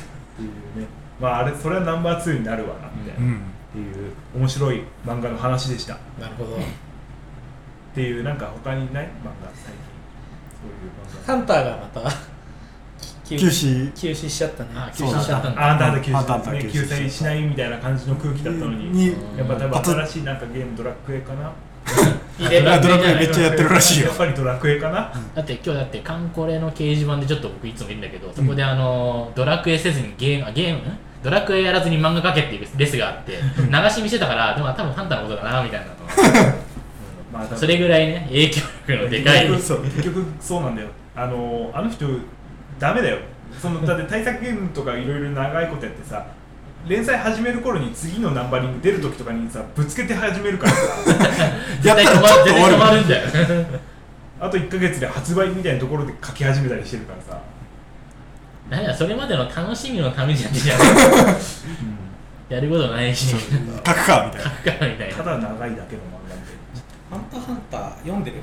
まああれそれはナンバー2になるわなみたいな、
う
っ
ん
ていう面白い漫画の話でしたっ
なるほど
ていうなんか他にない漫画最近そういう漫画
ハンターがまたき
休止
休止しちゃったね
あ休
止し
ちゃったんだ
ああんたあんた救
あんたあん
済
た
ね
救済
救済しないみたいな感じの空気だったのに
に
やっぱ多
パ
分
ト
新しいなんかゲームドラクエかな
入れ
あ
歯
ドラクエ
入
め
れ
っ
歯
ちゃやってるらしいよ
やっぱりドラクエかな、
だって今日だってカンコレの掲示板でちょっと僕いつもいるんだけどそこであのドラクエせずにゲームあゲームんドラクエやらずに漫画描けっていうレスがあって流し見してたからでも多分ハンターのことだなみたいなと思って
まあ多分
それぐらいね影響力のでかい
結局そう結局そうなんだよあのあの人ダメだよそのだって対策ゲームとかいろいろ長いことやってさ連載始める頃に次のナンバリング出る時とかにさぶつけて始めるからさ
やったらちょっと
絶
終
対
わ
止
る
まるんだよ
あと1か月で発売みたいなところで書き始めたりしてるからさ、
なんやそれまでの楽しみのためじゃんじゃんやることないし
そう書くかみたいな
書くかみたい
た
な
だ長いだけの漫画みたい
ハンターハンター読んでる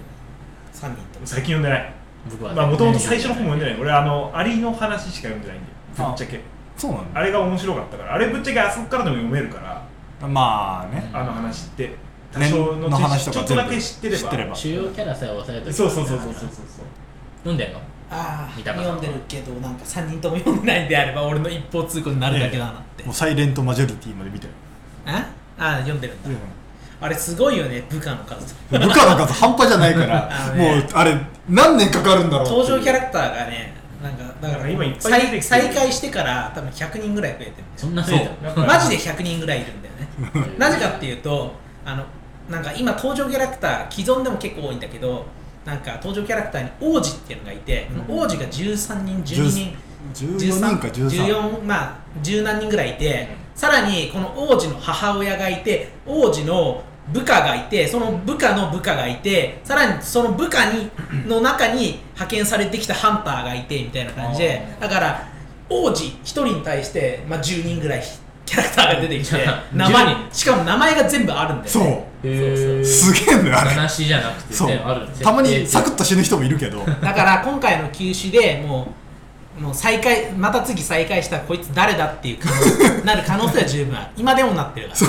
3人と
な最近読んでない
僕は
まあもともと最初の本も読んでない俺あのアリの話しか読んでないんでぶっちゃけ
そうなん
あ
だ
れが面白かったからあれぶっちゃけあそこからでも読めるから
まあね
あの話って多
年
少の
の話と
知識ちょ
か
っ
全部
とだけ知ってれば
知ってれば
主要キャラさえ抑えとけば
そうそうそうそうそうそうそう
読んでんの
ああ
三鷹さん
読んでるけどなんか3人とも読んでないんであれば俺の一方通行になるだけだなって、
もうサイレントマジョリティまで見てる
ああ読んでるんだ、あれすごいよね部下の数
部下の数半端じゃないか
あ
らも
のね
うあれ何年かかるんだろう
登場キャ
ラ
ラクターがねなんかだから
今いっぱい出てきて
再
る
再開してから多分100人ぐらい増えてるんです
そ
よ
んな増え
やっぱり
マジで100人ぐらいいるんだよね
たの
なぜかっていうとあのなんか今登場キャラクター既存でも結構多いんだけどなんか登場キャラクターに王子っていうのがいて、王子が13人12人
14人か13
14まあ十何人ぐらいいて、さらにこの王子の母親がいて王子の部下がいてその部下の部下がいてさらにその部下にの中に派遣されてきたハンターがいてみたいな感じで
あ
だから王子1人に対して、まあ、10人ぐらいキャラクターが 出てきて名
10
前しかも名前が全部あるんだよ、ね、
そう
へー
すげえんだよあれ
話じゃなくて
そう
全部あるんですよ
たまにサクッと死ぬ人もいるけど
だから今回の休止でもうもう再開また次再開したらこいつ誰だっていう可能なる可能性は十分あ る今でもなってるから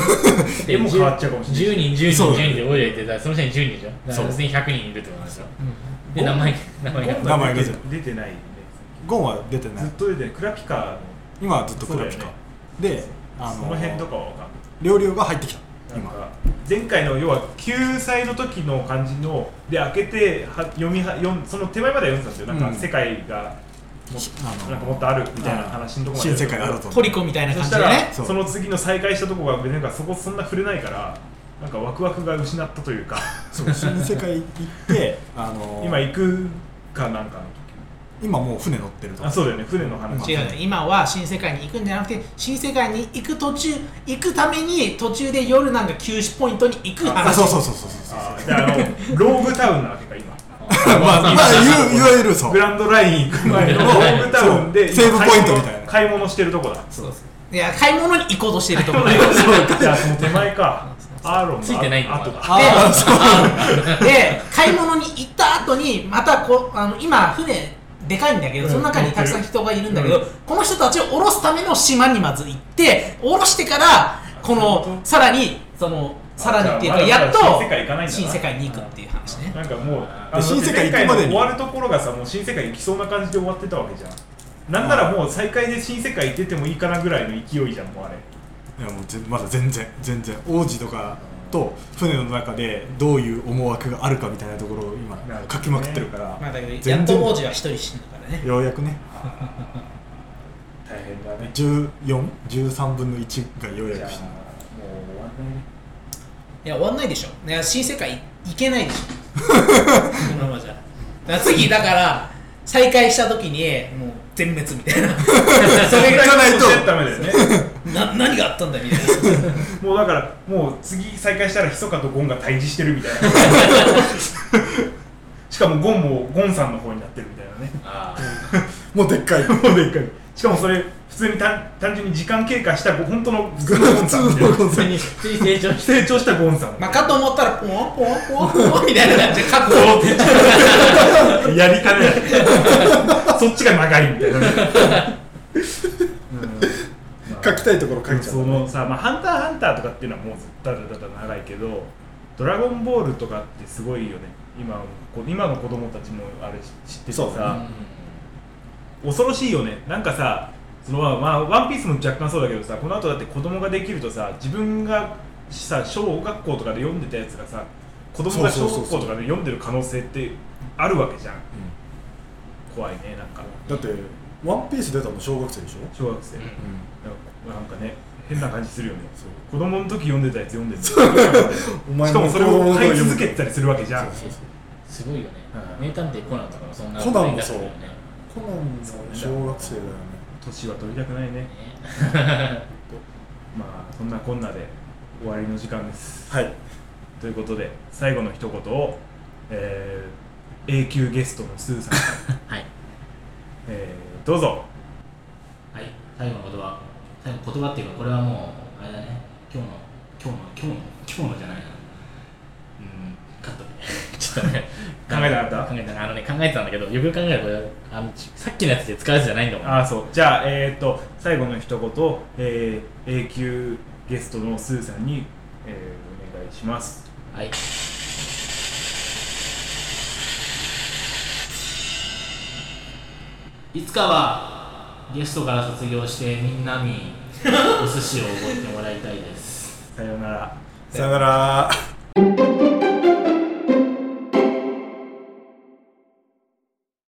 でも変わっちゃうかもしれない
10人10人
そう
10人で覚えておいてその人に10人じゃんだから別に100人いるってことなんですよで名前名前が
名前が
出て出てないんで
ゴンは出てな
ずっ
い
と出てないクラピカの
今はずっとクラピカ、
そう
であ
その辺とかは分かん
両流が入ってきた
ないな
今
んか前回の要は救済の時の感じので開けては読みは読んその手前までは読んでたんですよなん
うん
か世界がも
あの
なんかもっとあるみたいな話のとこまで
新世界あると
トリコみたいな
そ
感
し
じで
たら
ね
そう
その次の再開したとこが別になんかそこそんな触れないからなんかワクワクが失ったというか
そう新世界行っ てあの
今行くかなんかの
今もう船乗ってると
時あそうだよね船の話
違うね今は新世界に行くんじゃなくて新世界に行く途中行くために途中で夜なんか休止ポイントに行く
あ
話
そうそうそうそうそうそう
あーじゃああのローグタウンなわけか今
まあまあいわいわゆるそう
グランドライン行く前のローグタウンで
そうセーブポイントみたいな
買い物してるとこだ
そうそういや買い物に行こうとしてると思う
じゃあその手前かアーロンの
ついてないんだ
あと
ま
だ
ああそう
で買い物に行った後にまたこうあの今船でかいんだけどその中にたくさん人がいるんだけど、
うん
この人たちを降ろすための島にまず行って降ろしてから
そ
こ
ういうこ
のさらにそのさらにっていうか
じゃあ
やっと
まだ新世界行かないんだな
新世界に行くっていう話ね
なんかもうあ
で
の
新世界行
前
くま
回
でに
の終わるところがさもう新世界行きそうな感じで終わってたわけじゃんなんならもう再開で新世界行っててもいいかなぐらいの勢いじゃんもうあれ
いやもうぜまだ全然全然王子とかと船の中でどういう思惑があるかみたいなところを今
なるほどね
書きまくってるから、
まあだけど
全然
やっと王子は一人死んだからね
ようやくね
大変だね
1413分の1がよう
じ
や
ゃあ
くした
もう終わんないね
いや終わんないでしょいや新世界行 けないでしょこのままじゃだから次だから再開した時にもう全滅みたいな それぐらい
行かないと
そうしダメだよね
な何があったんだみたいな
もうだからもう次再開したらひそかとゴンが対峙してるみたい なしかもゴンもゴンさんの方になってるみたいなね
あ
もうでっかい
もうでっかいしかもそれ普通に単単純に時間経過したご本当の普通のゴンさんみたいな
普通
につい成長し
成長したゴンさん、
まあ、かと思ったら、ポワンポワンポワンポワンみたいな感じで、カットを。
やりかねないそっちが長いみた いな、
書きたいところ書いちゃ
そうのさ、まあ、ハンターハンターとかっていうのはもうだだだだ長いけど、ドラゴンボールとかってすごいよね。今こ今の子供たちもあれ知ってて
そうだ
さ、恐ろしいよね。なんかさ、そのまあまあワンピースも若干そうだけどさ、この後だって子供ができるとさ、自分がさ小学校とかで読んでたやつがさ、子供が小
そう
学
そうそ
校
う
とかで読んでる可能性ってあるわけじゃん。怖いねなんか
だって「ワンピース出たの小学生でしょ、
小学生、
うん
なんかね変な感じするよね。
そう
子供の時読んでたやつ読んでるし
お前
か
の
もそれを買
子供の頃
い続け
読む
てたりするわけじゃん
そうそうそう
すごいよね
うん
名探偵コナンとかもそんな
コナンも
そ
そう
う
コナンも小学生だよね
年は取りたくないねまあそんなこんなで終わりの時間です
はい
ということで最後の一言を、えー、A 級ゲストのスーさん、
はい
えー、どうぞ
はい、最後の言葉、最後の言葉っていうか、これはもう、あれだね、今日の、今日の、今日の、今日のじゃないな。うん、カットで。 ちょっとね、
考えなかった
考えたあのね、考えてたんだけど、よくよく考えたらこれ、あの、ちさっきのやつで使うやつじゃないんだもん。
ああそうじゃあえー、っと最後の一言を、えー、A 級ゲストのスーさんに、えー、お願いします
はい。いつかは、ゲストから卒業して、みんなにお寿司を覚えてもらいたいです。
さようなら
さよなら